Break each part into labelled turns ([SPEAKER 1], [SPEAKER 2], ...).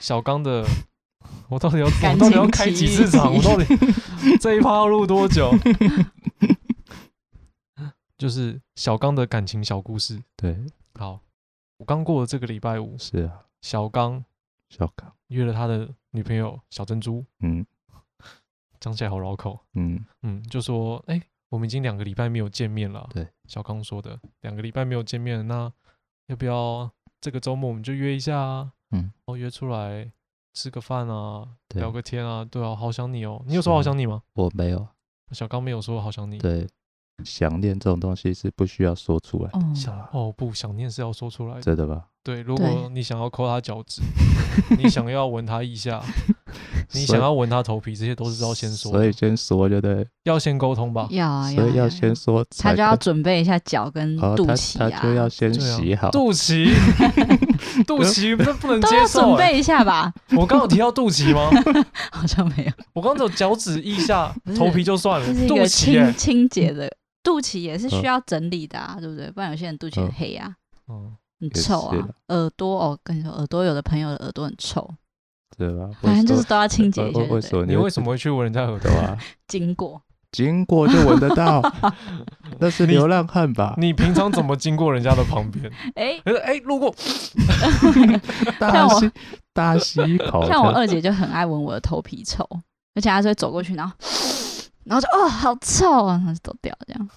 [SPEAKER 1] 小刚的， 我到底要我
[SPEAKER 2] 感
[SPEAKER 1] 到底要
[SPEAKER 2] 情
[SPEAKER 1] 开几
[SPEAKER 2] 奇
[SPEAKER 1] 次场？我到底 这一趴要录多久？ 就是小刚的感情小故事。
[SPEAKER 3] 对，
[SPEAKER 1] 好，我刚过了这个礼拜五，
[SPEAKER 3] 是啊，
[SPEAKER 1] 小刚
[SPEAKER 3] 小康，
[SPEAKER 1] 约了他的女朋友小珍珠，
[SPEAKER 3] 嗯
[SPEAKER 1] 讲起来好绕口。
[SPEAKER 3] 嗯，
[SPEAKER 1] 嗯，就说哎、诶我们已经两个礼拜没有见面了。
[SPEAKER 3] 对，
[SPEAKER 1] 小刚说的，两个礼拜没有见面了，那要不要这个周末我们就约一下啊？
[SPEAKER 3] 嗯
[SPEAKER 1] 然后约出来吃个饭啊，
[SPEAKER 3] 对
[SPEAKER 1] 聊个天啊。对啊，好想你哦。你有
[SPEAKER 3] 是
[SPEAKER 1] 说好
[SPEAKER 3] 啊
[SPEAKER 1] 想你吗？
[SPEAKER 3] 我没有，
[SPEAKER 1] 小刚没有说好想你。
[SPEAKER 3] 对，想念这种东西是不需要说出来的，
[SPEAKER 2] 哦，
[SPEAKER 1] 想哦不，想念是要说出来的。
[SPEAKER 3] 真的吧？
[SPEAKER 1] 对，如
[SPEAKER 2] 对
[SPEAKER 1] 果你想要抠他脚 趾，你想要闻他腋下， 你
[SPEAKER 3] 所
[SPEAKER 1] 想
[SPEAKER 3] 以
[SPEAKER 1] 要闻他头皮，这些都是要先说的，
[SPEAKER 3] 所以先说就对，
[SPEAKER 1] 要先沟通吧。
[SPEAKER 2] 要啊，
[SPEAKER 3] 所以
[SPEAKER 2] 啊
[SPEAKER 3] 要先说才可
[SPEAKER 2] 他
[SPEAKER 3] 以，
[SPEAKER 2] 就要准备一下脚跟
[SPEAKER 3] 哦
[SPEAKER 2] 肚
[SPEAKER 3] 他
[SPEAKER 2] 脐
[SPEAKER 3] 他
[SPEAKER 2] 啊，
[SPEAKER 3] 就要先
[SPEAKER 1] 对啊
[SPEAKER 3] 洗好，
[SPEAKER 1] 肚 脐，肚脐这不能
[SPEAKER 2] 都
[SPEAKER 1] 接
[SPEAKER 2] 要
[SPEAKER 1] 受
[SPEAKER 2] 准
[SPEAKER 1] 欸、
[SPEAKER 2] 备一下吧？
[SPEAKER 1] 我刚有提到肚脐吗？
[SPEAKER 2] 好像没 有，
[SPEAKER 1] 我刚只有脚趾、腋下
[SPEAKER 2] 不、
[SPEAKER 1] 头
[SPEAKER 2] 是
[SPEAKER 1] 皮就算了
[SPEAKER 2] 这是，一
[SPEAKER 1] 肚
[SPEAKER 2] 个
[SPEAKER 1] 脐、欸
[SPEAKER 2] 清，清洁的，嗯肚脐也是需
[SPEAKER 3] 嗯
[SPEAKER 2] 要整理的啊，对不对？不然有些人肚脐很
[SPEAKER 3] 嗯
[SPEAKER 2] 黑啊，
[SPEAKER 1] 嗯，
[SPEAKER 2] 很
[SPEAKER 3] 也
[SPEAKER 2] 臭
[SPEAKER 3] 是
[SPEAKER 2] 啊
[SPEAKER 3] 啦。
[SPEAKER 2] 耳朵哦，跟你说，耳朵有的朋友的耳朵很臭，
[SPEAKER 3] 对吧？
[SPEAKER 2] 反正就是都要清
[SPEAKER 3] 为
[SPEAKER 2] 洁
[SPEAKER 3] 什
[SPEAKER 2] 一下
[SPEAKER 3] 么，呃
[SPEAKER 2] 就
[SPEAKER 3] 为为
[SPEAKER 2] 对
[SPEAKER 3] 什
[SPEAKER 2] 了。
[SPEAKER 3] 么
[SPEAKER 1] 你为什
[SPEAKER 3] 么
[SPEAKER 1] 么会去闻人家耳朵
[SPEAKER 3] 对？吧？
[SPEAKER 2] 经过
[SPEAKER 3] 经过就闻得 到，那是
[SPEAKER 1] 你
[SPEAKER 3] 流浪汉吧？
[SPEAKER 1] 你平常怎么经过人家的旁 边？
[SPEAKER 2] 哎，
[SPEAKER 1] 可是哎，路过
[SPEAKER 3] 大
[SPEAKER 2] 像我
[SPEAKER 3] 吸大吸一口，
[SPEAKER 2] 像我二姐就很爱闻我的头皮臭，而且她就会走过去，然后然后就哦好臭啊，然后就走掉这样。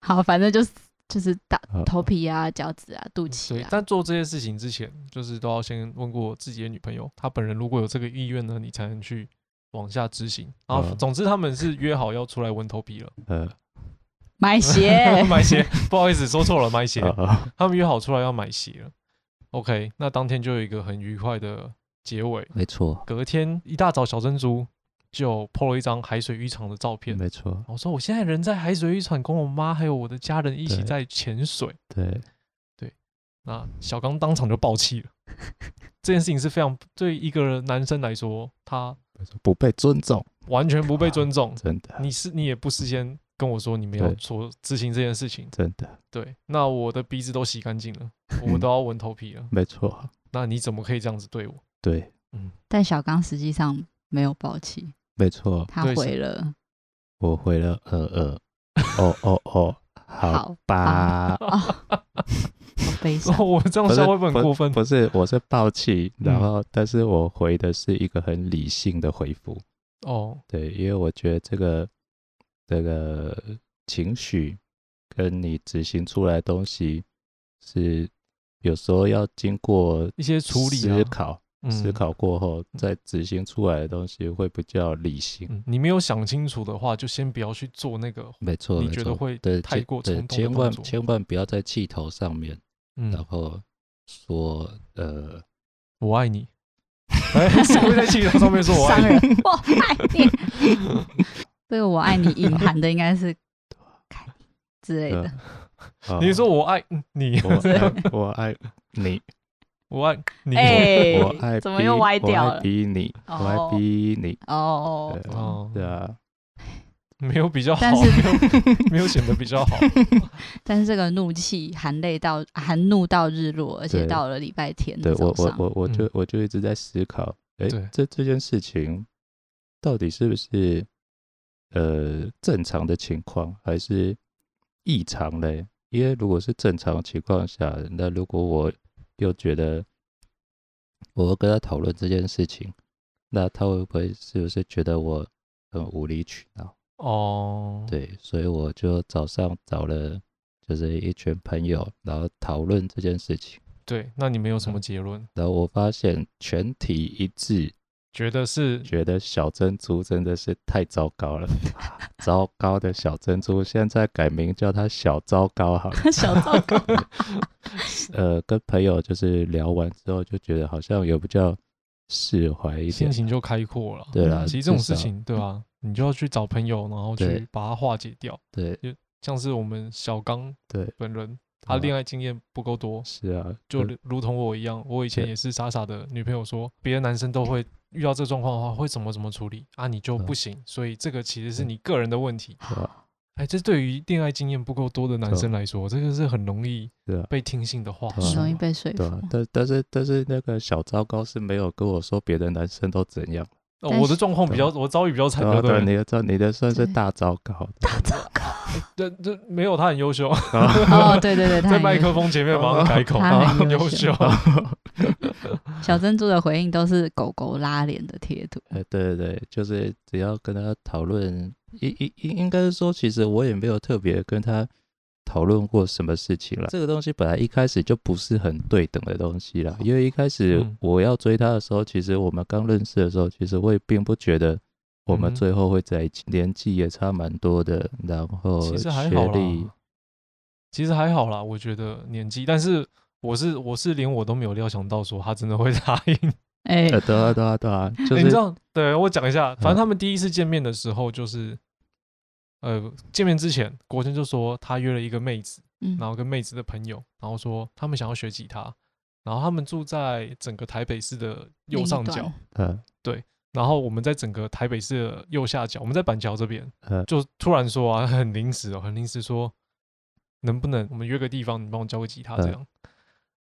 [SPEAKER 2] 好，反正就是就是大
[SPEAKER 3] 嗯
[SPEAKER 2] 头皮啊、脚趾啊、肚脐
[SPEAKER 1] 对
[SPEAKER 2] 啊，，
[SPEAKER 1] 但做这些事情之前，就是都要先问过自己的女朋友，她本人如果有这个意愿呢，你才能去往下执行。然后，
[SPEAKER 3] 嗯
[SPEAKER 1] 总之他们是约好要出来闻头皮了，
[SPEAKER 3] 呃，
[SPEAKER 2] 买鞋，
[SPEAKER 1] 买鞋，不好意思说错了，买鞋。
[SPEAKER 3] 呃
[SPEAKER 1] 他们约好出来要买鞋了。OK，那当天就有一个很愉快的结尾。
[SPEAKER 3] 没错，
[SPEAKER 1] 隔天一大早，小珍珠就 po 了一张海水浴场的照片。
[SPEAKER 3] 没错，
[SPEAKER 1] 我说我现在人在海水浴场，跟我妈还有我的家人一起
[SPEAKER 3] 对
[SPEAKER 1] 在潜水。
[SPEAKER 3] 对，
[SPEAKER 1] 那小刚当场就爆气了。这件事情是非常对一个男生来说，他
[SPEAKER 3] 不被尊重，
[SPEAKER 1] 完全不被尊重。
[SPEAKER 3] 真的，
[SPEAKER 1] 你是你也不事先跟我说你们要
[SPEAKER 3] 对
[SPEAKER 1] 做执行这件事情。
[SPEAKER 3] 真的，
[SPEAKER 1] 对，那我的鼻子都洗干净了，我
[SPEAKER 3] 嗯
[SPEAKER 1] 都要闻头皮了。
[SPEAKER 3] 没错，
[SPEAKER 1] 那你怎么可以这样子对我？
[SPEAKER 3] 对，
[SPEAKER 2] 但小刚实际上没有抱气，
[SPEAKER 3] 没错，
[SPEAKER 2] 他
[SPEAKER 1] 对。
[SPEAKER 2] 回了
[SPEAKER 3] 我回了呃呃，哦哦哦，好
[SPEAKER 2] 好
[SPEAKER 3] 吧，
[SPEAKER 2] 哦，好悲伤
[SPEAKER 1] 我这样
[SPEAKER 3] 不是
[SPEAKER 1] 笑会不会很过分？
[SPEAKER 3] 不是，我是 抱气，
[SPEAKER 1] 嗯
[SPEAKER 3] 然后但是我回的是一个很理性的回复，
[SPEAKER 1] 哦，
[SPEAKER 3] 对，因为我觉得这个这个情绪跟你执行出来的东西是有时候要经过
[SPEAKER 1] 一些处理
[SPEAKER 3] 思
[SPEAKER 1] 啊，
[SPEAKER 3] 考，
[SPEAKER 1] 嗯
[SPEAKER 3] 思。考过后再执行出来的东西会比较理性。
[SPEAKER 1] 嗯，你没有想清楚的话，就先不要去做那个。
[SPEAKER 3] 没错，
[SPEAKER 1] 你
[SPEAKER 3] 没
[SPEAKER 1] 觉得
[SPEAKER 3] 错
[SPEAKER 1] 会
[SPEAKER 3] 对
[SPEAKER 1] 太
[SPEAKER 3] 千
[SPEAKER 1] 过
[SPEAKER 3] 对
[SPEAKER 1] 冲动的
[SPEAKER 3] 千
[SPEAKER 1] 动
[SPEAKER 3] 万
[SPEAKER 1] 作
[SPEAKER 3] 千万不要在气头上面，然
[SPEAKER 1] 嗯，
[SPEAKER 3] 后说呃，
[SPEAKER 1] 我爱你。 哎，谁会在气头上面说我爱
[SPEAKER 2] 伤
[SPEAKER 1] 你？
[SPEAKER 2] 人，我爱你。这个“我爱你”隐含的应该是看你之类的，
[SPEAKER 3] 呃
[SPEAKER 1] 你说我爱嗯你，
[SPEAKER 3] 我爱我爱 你，
[SPEAKER 1] 我爱你，
[SPEAKER 2] 哎
[SPEAKER 3] 我爱
[SPEAKER 2] 怎
[SPEAKER 3] 比
[SPEAKER 2] 么又歪掉
[SPEAKER 3] 我爱
[SPEAKER 2] 了？
[SPEAKER 3] 比你，我
[SPEAKER 2] 哦
[SPEAKER 3] 爱比你，
[SPEAKER 2] 哦，
[SPEAKER 3] 对
[SPEAKER 2] 哦
[SPEAKER 1] 哦，
[SPEAKER 3] 对啊，
[SPEAKER 1] 没有比较好，
[SPEAKER 2] 但
[SPEAKER 1] 没
[SPEAKER 2] 是
[SPEAKER 1] 有没有显得比较 好。
[SPEAKER 2] 但是这个怒气含泪到含怒到日落，而且
[SPEAKER 3] 对
[SPEAKER 2] 到了礼拜天
[SPEAKER 3] 对
[SPEAKER 2] 的
[SPEAKER 3] 我
[SPEAKER 2] 早
[SPEAKER 3] 我
[SPEAKER 2] 上，
[SPEAKER 3] 我我就
[SPEAKER 1] 嗯
[SPEAKER 3] 我就一直在思考，哎
[SPEAKER 1] 对，
[SPEAKER 3] 这这件事情到底是不是呃正常的情况，还是异常嘞？因为如果是正常情况下，那如果我又觉得我要跟他讨论这件事情，那他会不会是不是觉得我很无理取闹？
[SPEAKER 1] 哦，
[SPEAKER 3] 对，所以我就早上找了就是一群朋友，然后讨论这件事情。
[SPEAKER 1] 对，那你们有什么结论？
[SPEAKER 3] 然后我发现全体一致
[SPEAKER 1] 觉得是
[SPEAKER 3] 觉得小珍珠真的是太糟 糕了，糟糕的小珍珠，现在改名叫它小糟糕好了。
[SPEAKER 2] 小糟糕，
[SPEAKER 3] 呃，跟朋友就是聊完之后，就觉得好像有比较释怀一
[SPEAKER 1] 心
[SPEAKER 3] 点。
[SPEAKER 1] 情就开阔了。
[SPEAKER 3] 啊对啊啦，
[SPEAKER 1] 其实这种
[SPEAKER 3] 至
[SPEAKER 1] 事
[SPEAKER 3] 少
[SPEAKER 1] 情，对吧？你就要去找朋友，然后
[SPEAKER 3] 啊对
[SPEAKER 1] 去把它化解掉。
[SPEAKER 3] 对
[SPEAKER 1] 像是我们小刚
[SPEAKER 3] 对
[SPEAKER 1] 本人，他
[SPEAKER 3] 对啊
[SPEAKER 1] 恋爱经验不够多，
[SPEAKER 3] 是啊，
[SPEAKER 1] 就
[SPEAKER 3] 对
[SPEAKER 1] 如同我一样，我以前
[SPEAKER 3] 对
[SPEAKER 1] 也是傻傻的。女朋友说，别的男生都会遇到这状况的话，会怎么怎么处理啊？你就
[SPEAKER 3] 嗯
[SPEAKER 1] 不行，所以这个其实是
[SPEAKER 3] 嗯
[SPEAKER 1] 你个人的问题。
[SPEAKER 3] 对啊
[SPEAKER 1] 哎，这对于恋爱经验不够多的男
[SPEAKER 3] 对
[SPEAKER 1] 生来说，这个是很容易
[SPEAKER 3] 嗯对啊，
[SPEAKER 1] 被听信的话
[SPEAKER 3] 对啊
[SPEAKER 2] 很
[SPEAKER 1] 术
[SPEAKER 2] 容易
[SPEAKER 1] 啊
[SPEAKER 2] 被说服
[SPEAKER 3] 对。 啊，但但是但是那个小糟糕是没有跟我说别的男生都怎样，
[SPEAKER 1] 哦
[SPEAKER 2] 但
[SPEAKER 1] 我的
[SPEAKER 2] 是
[SPEAKER 1] 状况比
[SPEAKER 3] 对
[SPEAKER 1] 较，我遭遇比较惨，
[SPEAKER 3] 对啊
[SPEAKER 1] 对不
[SPEAKER 3] 对啊，
[SPEAKER 1] 对？
[SPEAKER 3] 你的糟你的算是
[SPEAKER 2] 对
[SPEAKER 3] 大糟 糕，啊
[SPEAKER 2] 大糟糕！
[SPEAKER 1] 这这没有，他很优 秀，
[SPEAKER 2] 哦，对对对，他
[SPEAKER 1] 在
[SPEAKER 2] 很
[SPEAKER 1] 麦
[SPEAKER 2] 优
[SPEAKER 1] 克
[SPEAKER 2] 秀
[SPEAKER 1] 风前面马
[SPEAKER 3] 哦
[SPEAKER 1] 上改口，
[SPEAKER 2] 他
[SPEAKER 1] 很
[SPEAKER 2] 很
[SPEAKER 1] 优
[SPEAKER 2] 优
[SPEAKER 1] 秀
[SPEAKER 2] 秀。小珍珠的回应都是狗狗拉脸的贴图。
[SPEAKER 3] 哎，对对对，就是只要跟他讨论，应应应应该是说，其实我也没有特别跟他讨论过什么事情啦。这个东西本来一开始就不是很对等的东西啦，因为一开始
[SPEAKER 1] 哦嗯
[SPEAKER 3] 我要追他的时候，其实我们刚认识的时候，其实我也并不觉得我
[SPEAKER 1] 嗯
[SPEAKER 3] 们最后会在一起，年纪也差蛮多的，然 后
[SPEAKER 1] 其实还
[SPEAKER 3] 学
[SPEAKER 1] 好
[SPEAKER 3] 历
[SPEAKER 1] 啦，其实还好啦，我觉得年纪，但是我是我是连我都没有料想到说他真的会答应。
[SPEAKER 2] 哎、
[SPEAKER 3] 呃，对啊对啊对 啊， 就
[SPEAKER 1] 欸你知
[SPEAKER 3] 是嗯
[SPEAKER 1] 道，对我讲一下，反正他们第一次见面的时候就是，呃，见面之前，国珍就说他约了一个妹子，
[SPEAKER 2] 嗯
[SPEAKER 1] 然后跟妹子的朋友，然后说他们想要学吉他，然后他们住在整个台北市的右上
[SPEAKER 2] 另一
[SPEAKER 1] 角
[SPEAKER 2] 端，
[SPEAKER 3] 呃
[SPEAKER 1] 然后我们在整个台北市的右下角，我们在板桥这边，
[SPEAKER 3] 呃
[SPEAKER 1] 就突然说啊，很临时哦，很临时说，能不能我们约个地方，你帮我教个吉他这
[SPEAKER 3] 嗯
[SPEAKER 1] 样。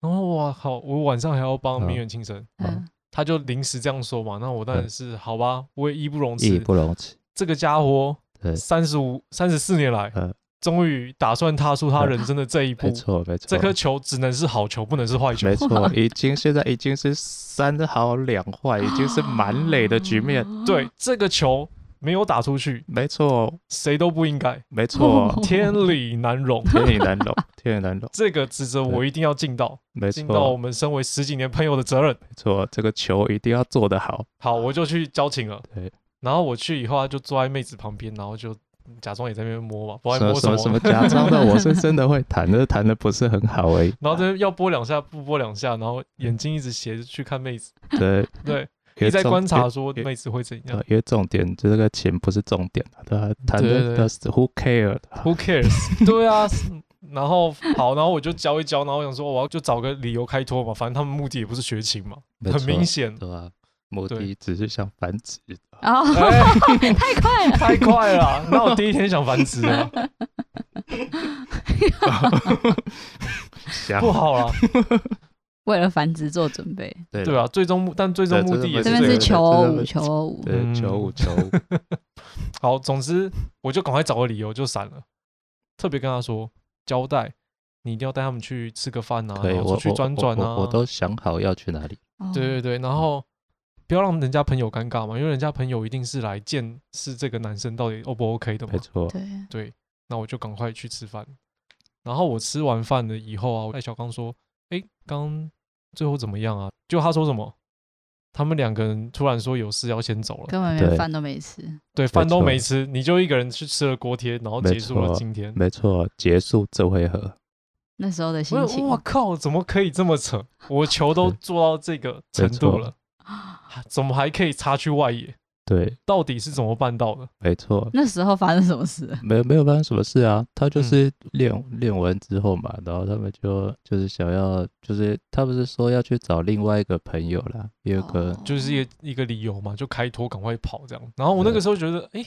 [SPEAKER 1] 然后哇靠，我晚上还要帮
[SPEAKER 3] 嗯
[SPEAKER 1] 明远庆生，
[SPEAKER 2] 嗯，
[SPEAKER 1] 他就临时这样说嘛，那我当然
[SPEAKER 3] 嗯
[SPEAKER 1] 是好吧，我也义不容
[SPEAKER 3] 义
[SPEAKER 1] 辞。
[SPEAKER 3] 不容辞，
[SPEAKER 1] 这个家伙
[SPEAKER 3] 对，
[SPEAKER 1] 三十五、三十四年来
[SPEAKER 3] 嗯，
[SPEAKER 1] 终于打算踏出他
[SPEAKER 3] 嗯
[SPEAKER 1] 人生的这一步
[SPEAKER 3] 没。错没错，
[SPEAKER 1] 这颗球只能是好球，不能是坏球
[SPEAKER 3] 没。错，已经现在已经是三好两坏，已经是满垒的局面。
[SPEAKER 1] 对，这个球没有打出去，
[SPEAKER 3] 没错，
[SPEAKER 1] 谁都不应该，
[SPEAKER 3] 没错，。
[SPEAKER 1] 天理难容
[SPEAKER 3] 天理难容，天理难容。
[SPEAKER 1] 这个指责我一定要尽到，
[SPEAKER 3] 没
[SPEAKER 1] 尽到我
[SPEAKER 3] 错，
[SPEAKER 1] 们身为十几年朋友的责任。
[SPEAKER 3] 没错，这个球一定要做得好。
[SPEAKER 1] 好，我就去交情了。
[SPEAKER 3] 对，
[SPEAKER 1] 然后我去以后，他就坐在妹子旁边，然后就假装也在那边摸嘛，不知
[SPEAKER 3] 什
[SPEAKER 1] 道在
[SPEAKER 3] 么
[SPEAKER 1] 摸
[SPEAKER 3] 什么什么
[SPEAKER 1] 么。
[SPEAKER 3] 假装的，我是真的会弹，但是弹的不是很好欸而已。
[SPEAKER 1] 然后这边要拨两下，不拨两下，然后眼睛一直斜着去看妹子。
[SPEAKER 3] 对，
[SPEAKER 1] 对，
[SPEAKER 3] 也
[SPEAKER 1] 你在
[SPEAKER 3] 重
[SPEAKER 1] 观察
[SPEAKER 3] 也
[SPEAKER 1] 说
[SPEAKER 3] 也
[SPEAKER 1] 妹子会怎样
[SPEAKER 3] 呃因为重点这个琴不是重点，他
[SPEAKER 1] 嗯
[SPEAKER 3] 弹
[SPEAKER 1] 对
[SPEAKER 3] 的
[SPEAKER 1] 对
[SPEAKER 3] 他是 Who care？啊
[SPEAKER 1] ？Who cares？对 啊，是然后好，然后我就教一教，然后我想说我要就找个理由开脱嘛，反正他们目的也不是学琴嘛，
[SPEAKER 3] 没
[SPEAKER 1] 很
[SPEAKER 3] 错
[SPEAKER 1] 明显。
[SPEAKER 3] 对吧？目
[SPEAKER 1] 对
[SPEAKER 3] 的只是想繁殖。
[SPEAKER 2] 哦，
[SPEAKER 1] 哎，
[SPEAKER 2] 太快了，
[SPEAKER 1] 太快了！啊那我第一天想繁殖啊 了，
[SPEAKER 3] 想
[SPEAKER 1] 不好了，
[SPEAKER 2] 为了繁殖做准备。
[SPEAKER 3] 对
[SPEAKER 1] 对
[SPEAKER 3] 吧？
[SPEAKER 1] 啊，最终目，但最终
[SPEAKER 3] 对
[SPEAKER 1] 目
[SPEAKER 3] 这
[SPEAKER 1] 的也
[SPEAKER 3] 个
[SPEAKER 2] 这
[SPEAKER 1] 是
[SPEAKER 2] 边
[SPEAKER 3] 对
[SPEAKER 1] 这
[SPEAKER 2] 是
[SPEAKER 1] 个。
[SPEAKER 2] 求
[SPEAKER 3] 这
[SPEAKER 2] 偶
[SPEAKER 3] 个
[SPEAKER 2] 舞，求偶舞。
[SPEAKER 3] 对，球舞球舞，
[SPEAKER 1] 好，总之我就赶快找个理由就闪了，特别跟他说交代，你一定要带他们去吃个饭啊，
[SPEAKER 3] 可以，
[SPEAKER 1] 然后
[SPEAKER 3] 我
[SPEAKER 1] 出去
[SPEAKER 3] 我
[SPEAKER 1] 转
[SPEAKER 3] 我
[SPEAKER 1] 转啊
[SPEAKER 3] 我我都想好要去哪里。
[SPEAKER 2] 哦
[SPEAKER 1] 对对对，然后不要让人家朋友尴尬嘛，因为人家朋友一定是来见识这个男生到底 O 不 OK 的嘛
[SPEAKER 3] 没。错，
[SPEAKER 2] 对，
[SPEAKER 1] 对，那我就赶快去吃饭。然后我吃完饭了以后啊，我赖小刚说：“哎，刚最后怎么样啊？”就他说什么？他们两个人突然说有事要先走了，
[SPEAKER 2] 根本连
[SPEAKER 3] 对
[SPEAKER 2] 饭都没吃。
[SPEAKER 1] 对，饭都
[SPEAKER 3] 错
[SPEAKER 1] 没吃，你就一个人去吃了锅贴，然后
[SPEAKER 3] 没
[SPEAKER 1] 结束了
[SPEAKER 3] 错
[SPEAKER 1] 今天。
[SPEAKER 3] 没错，结束这回合，
[SPEAKER 2] 那时候的心
[SPEAKER 1] 我
[SPEAKER 2] 情，
[SPEAKER 1] 我靠，怎么可以这么扯？我球都做到这个程度
[SPEAKER 3] 错
[SPEAKER 1] 了，啊怎么还可以插去外野？
[SPEAKER 3] 对，
[SPEAKER 1] 到底是怎么办到的？
[SPEAKER 3] 没错，
[SPEAKER 2] 那时候发生什么事？
[SPEAKER 3] 没有没有发生什么事啊，他就
[SPEAKER 1] 嗯
[SPEAKER 3] 是练、练完之后嘛，然后他们就就是想要，就是他不是说要去找另外一个朋友啦，也有个、
[SPEAKER 2] 哦
[SPEAKER 1] 就是一个一个理由嘛，就开脱，赶快跑这样。然后我那个
[SPEAKER 3] 对
[SPEAKER 1] 时候觉得，哎、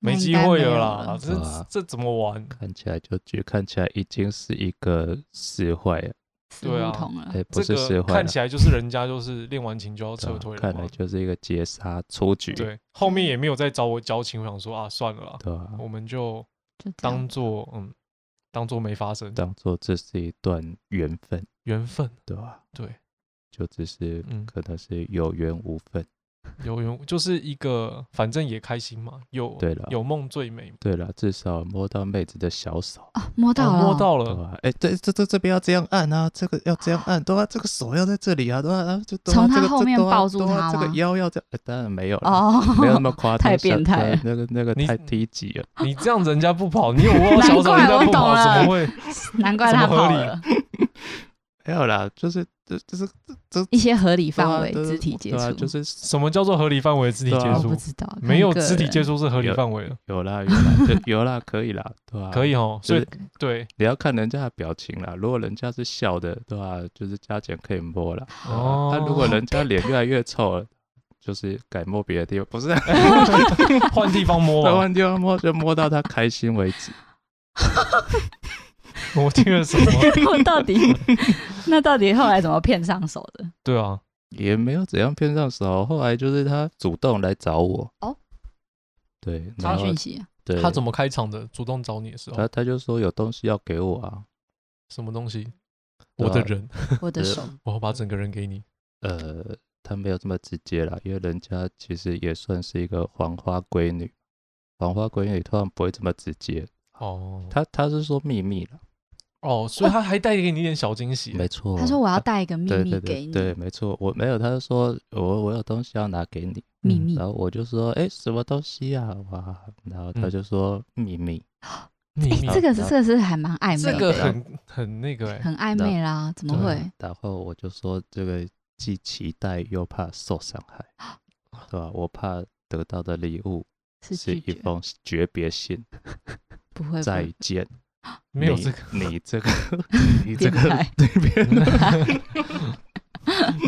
[SPEAKER 2] 那
[SPEAKER 1] 没
[SPEAKER 2] 应
[SPEAKER 1] 机
[SPEAKER 2] 该
[SPEAKER 1] 会
[SPEAKER 2] 没
[SPEAKER 1] 了
[SPEAKER 2] 有
[SPEAKER 1] 啦，
[SPEAKER 2] 嗯了
[SPEAKER 1] 这
[SPEAKER 3] 对啊
[SPEAKER 1] 这怎么玩？
[SPEAKER 3] 看起来就觉看起来已经是一个使坏了，
[SPEAKER 2] 死
[SPEAKER 1] 对啊
[SPEAKER 2] 胡同了
[SPEAKER 3] 哎、。不
[SPEAKER 1] 这
[SPEAKER 3] 是使
[SPEAKER 1] 个
[SPEAKER 3] 坏
[SPEAKER 1] 看
[SPEAKER 3] 了
[SPEAKER 1] 起来就是人家就是练完琴就要
[SPEAKER 3] 对
[SPEAKER 1] 撤
[SPEAKER 3] 啊
[SPEAKER 1] 退了
[SPEAKER 3] 看来
[SPEAKER 1] 嘛。
[SPEAKER 3] 就是一个截杀出局，对
[SPEAKER 1] 对，后面也没有再找我交情，我想说啊，算了啦，
[SPEAKER 3] 吧、
[SPEAKER 1] 我们就
[SPEAKER 2] 就这样
[SPEAKER 1] 当做嗯，当做没发生，
[SPEAKER 3] 当做这是一段缘分，
[SPEAKER 1] 缘分，
[SPEAKER 3] 对吧、
[SPEAKER 1] 对，
[SPEAKER 3] 就只是
[SPEAKER 1] 嗯，
[SPEAKER 3] 可能是有缘无分。
[SPEAKER 1] 有缘就是一个，反正也开心嘛，有
[SPEAKER 3] 对了
[SPEAKER 1] 有梦最美嘛，
[SPEAKER 3] 对了，至少摸到妹子的小手，
[SPEAKER 2] 啊，摸到
[SPEAKER 1] 哦
[SPEAKER 2] 了，
[SPEAKER 1] 摸到
[SPEAKER 3] 对
[SPEAKER 1] 了，
[SPEAKER 3] 吧？哎、这这这这边要这样按啊，这个要这样按，对啊，这个手要在这里啊，对啊，啊就对啊
[SPEAKER 2] 从他
[SPEAKER 3] 这个
[SPEAKER 2] 后面
[SPEAKER 3] 这对啊
[SPEAKER 2] 抱住
[SPEAKER 3] 对啊
[SPEAKER 2] 他
[SPEAKER 3] 这
[SPEAKER 2] 吗
[SPEAKER 3] 个腰要这样，哎当然没有了，
[SPEAKER 2] 哦，
[SPEAKER 3] 没有那么夸张，
[SPEAKER 2] 太变
[SPEAKER 3] 小
[SPEAKER 2] 态
[SPEAKER 3] 对那个那个
[SPEAKER 1] 你
[SPEAKER 3] 太低级了，
[SPEAKER 1] 你这样人家不跑，你有摸到小手，人
[SPEAKER 2] 难
[SPEAKER 1] 家
[SPEAKER 2] 怪我
[SPEAKER 1] 不跑，
[SPEAKER 2] 懂了
[SPEAKER 1] 怎么会？
[SPEAKER 2] 难怪他
[SPEAKER 1] 怎么合
[SPEAKER 2] 跑
[SPEAKER 1] 理
[SPEAKER 2] 了。
[SPEAKER 3] 没有啦，就是这这是
[SPEAKER 2] 一些合理
[SPEAKER 3] 对啊
[SPEAKER 2] 范围
[SPEAKER 3] 对啊
[SPEAKER 2] 肢体接
[SPEAKER 3] 对啊
[SPEAKER 2] 触，
[SPEAKER 3] 就是
[SPEAKER 1] 什么叫做合理范围的肢体
[SPEAKER 3] 对
[SPEAKER 1] 哦接
[SPEAKER 3] 啊
[SPEAKER 2] 我
[SPEAKER 1] 触
[SPEAKER 2] 不？知道，
[SPEAKER 1] 没有
[SPEAKER 2] 看
[SPEAKER 1] 肢
[SPEAKER 2] 个
[SPEAKER 1] 体
[SPEAKER 2] 人
[SPEAKER 1] 接触是合理
[SPEAKER 3] 有
[SPEAKER 1] 范围了，
[SPEAKER 3] 有啦有啦就有啦，可以啦，对吧、
[SPEAKER 1] 可以哦。所以
[SPEAKER 3] 就是
[SPEAKER 1] 对
[SPEAKER 3] 你要看人家的表情啦，如果人家是啊笑的，对吧、就是加减可以摸啦。对吧
[SPEAKER 1] 哦
[SPEAKER 3] 那、如果人家脸越来越臭了，就是敢摸别的地方，不是
[SPEAKER 1] 换地方摸
[SPEAKER 3] 台
[SPEAKER 1] 吧。
[SPEAKER 3] 湾地方摸啊就摸到他开心为止。
[SPEAKER 1] 我听了什么？
[SPEAKER 2] 我 到底那到底后来怎么骗上手的？
[SPEAKER 1] 对啊，
[SPEAKER 3] 也没有怎样骗上手。后来就是他主动来找我。
[SPEAKER 2] 哦，
[SPEAKER 3] 对，然
[SPEAKER 2] 传
[SPEAKER 3] 后
[SPEAKER 2] 讯息啊、
[SPEAKER 3] 对，
[SPEAKER 1] 他怎么开场的？主动找你的时候，
[SPEAKER 3] 他他就说有东西要给我啊。
[SPEAKER 1] 什么东西？
[SPEAKER 3] 对
[SPEAKER 1] 我的
[SPEAKER 3] 啊
[SPEAKER 1] 人，
[SPEAKER 2] 我的
[SPEAKER 3] 呃
[SPEAKER 2] 手，
[SPEAKER 1] 我要把整个人给你。
[SPEAKER 3] 呃，他没有这么直接啦，因为人家其实也算是一个黄花闺女，黄花闺女通常不会这么直接。
[SPEAKER 1] 哦，
[SPEAKER 3] 他他是说秘密了，
[SPEAKER 1] 哦，所以他还带给你一点小惊喜。
[SPEAKER 3] 没错。
[SPEAKER 2] 他说我要带一个秘
[SPEAKER 3] 对
[SPEAKER 2] 密
[SPEAKER 3] 对
[SPEAKER 2] 给
[SPEAKER 3] 对
[SPEAKER 2] 你，
[SPEAKER 3] 对，没错，我没有，他就说我我有东西要拿给你，
[SPEAKER 1] 嗯
[SPEAKER 2] 秘密
[SPEAKER 3] 然后我就说哎什么东西啊哇，然后他
[SPEAKER 1] 嗯
[SPEAKER 3] 就说秘密，
[SPEAKER 1] 秘密
[SPEAKER 2] 哎，这个是
[SPEAKER 3] 啊
[SPEAKER 2] 这个是还蛮暧昧
[SPEAKER 1] 这
[SPEAKER 2] 的，
[SPEAKER 1] 个很很那个哎、
[SPEAKER 2] 很暧昧啦，怎么
[SPEAKER 1] 对
[SPEAKER 2] 会？
[SPEAKER 3] 嗯然后我就说这个既期待又怕受伤害，对吧？我怕得到的礼物
[SPEAKER 2] 是
[SPEAKER 3] 是
[SPEAKER 2] 拒
[SPEAKER 3] 一
[SPEAKER 2] 绝？
[SPEAKER 3] 封诀别信，
[SPEAKER 2] 不会，不
[SPEAKER 3] 再
[SPEAKER 2] 会
[SPEAKER 3] 见。
[SPEAKER 1] 没有
[SPEAKER 3] 你
[SPEAKER 1] 这个，
[SPEAKER 3] 你这 个，你这
[SPEAKER 2] 变
[SPEAKER 3] 个
[SPEAKER 2] 态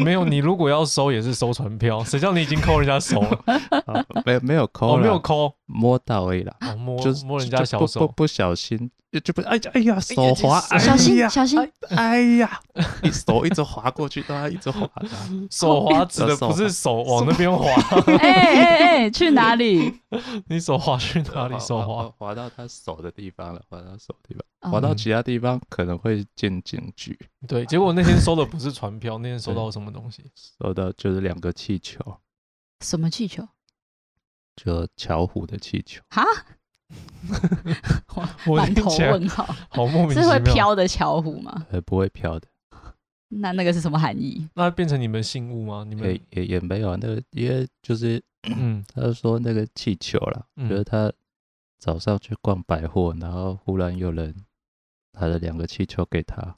[SPEAKER 1] 没有你如果要收也是收传票，谁叫你已经抠人家手了？
[SPEAKER 3] 啊没有没有抠
[SPEAKER 1] 哦，
[SPEAKER 3] 啦，
[SPEAKER 1] 没有抠，
[SPEAKER 3] 摸到而已啦，
[SPEAKER 1] 哦、摸
[SPEAKER 3] 就是
[SPEAKER 1] 摸人家
[SPEAKER 3] 就
[SPEAKER 1] 小
[SPEAKER 3] 不不
[SPEAKER 1] 手，
[SPEAKER 3] 不小心就不哎呀哎呀手滑，
[SPEAKER 1] 哎
[SPEAKER 3] 哎
[SPEAKER 2] 小心
[SPEAKER 3] 呀
[SPEAKER 2] 小心，
[SPEAKER 3] 哎呀，一手一直滑过去，对啊，一直滑的啊，
[SPEAKER 1] 手滑指的
[SPEAKER 3] 手
[SPEAKER 1] 不是手往那边滑，
[SPEAKER 2] 哎哎哎，去哪 里？
[SPEAKER 1] 你手滑去哪里
[SPEAKER 3] 滑
[SPEAKER 1] 手滑？
[SPEAKER 3] 滑到他手的地方了，滑到手的地方，
[SPEAKER 2] 哦
[SPEAKER 3] 滑到
[SPEAKER 1] 嗯
[SPEAKER 3] 其他地方可能会进警局，
[SPEAKER 1] 对，结果那天收的不是传票，那 天收到什么东西？
[SPEAKER 3] 收到就是两个气球，
[SPEAKER 2] 什么气球？
[SPEAKER 3] 就巧虎的气球，
[SPEAKER 2] 哈？
[SPEAKER 1] 我
[SPEAKER 2] 满
[SPEAKER 1] 听
[SPEAKER 2] 头
[SPEAKER 1] 起来
[SPEAKER 2] 问号，
[SPEAKER 1] 好莫名
[SPEAKER 2] 是会
[SPEAKER 1] 其妙。
[SPEAKER 2] 飘的巧虎吗？
[SPEAKER 3] 呃，不会飘的，
[SPEAKER 2] 那那个是什么含义？
[SPEAKER 1] 那变成你们信物吗？你们
[SPEAKER 3] 也也也没有啊，那个因为就是
[SPEAKER 1] 嗯，
[SPEAKER 3] 他就说那个气球啦，
[SPEAKER 1] 嗯
[SPEAKER 3] 觉得他早上去逛百货，然后忽然有人拿了两个气球给他，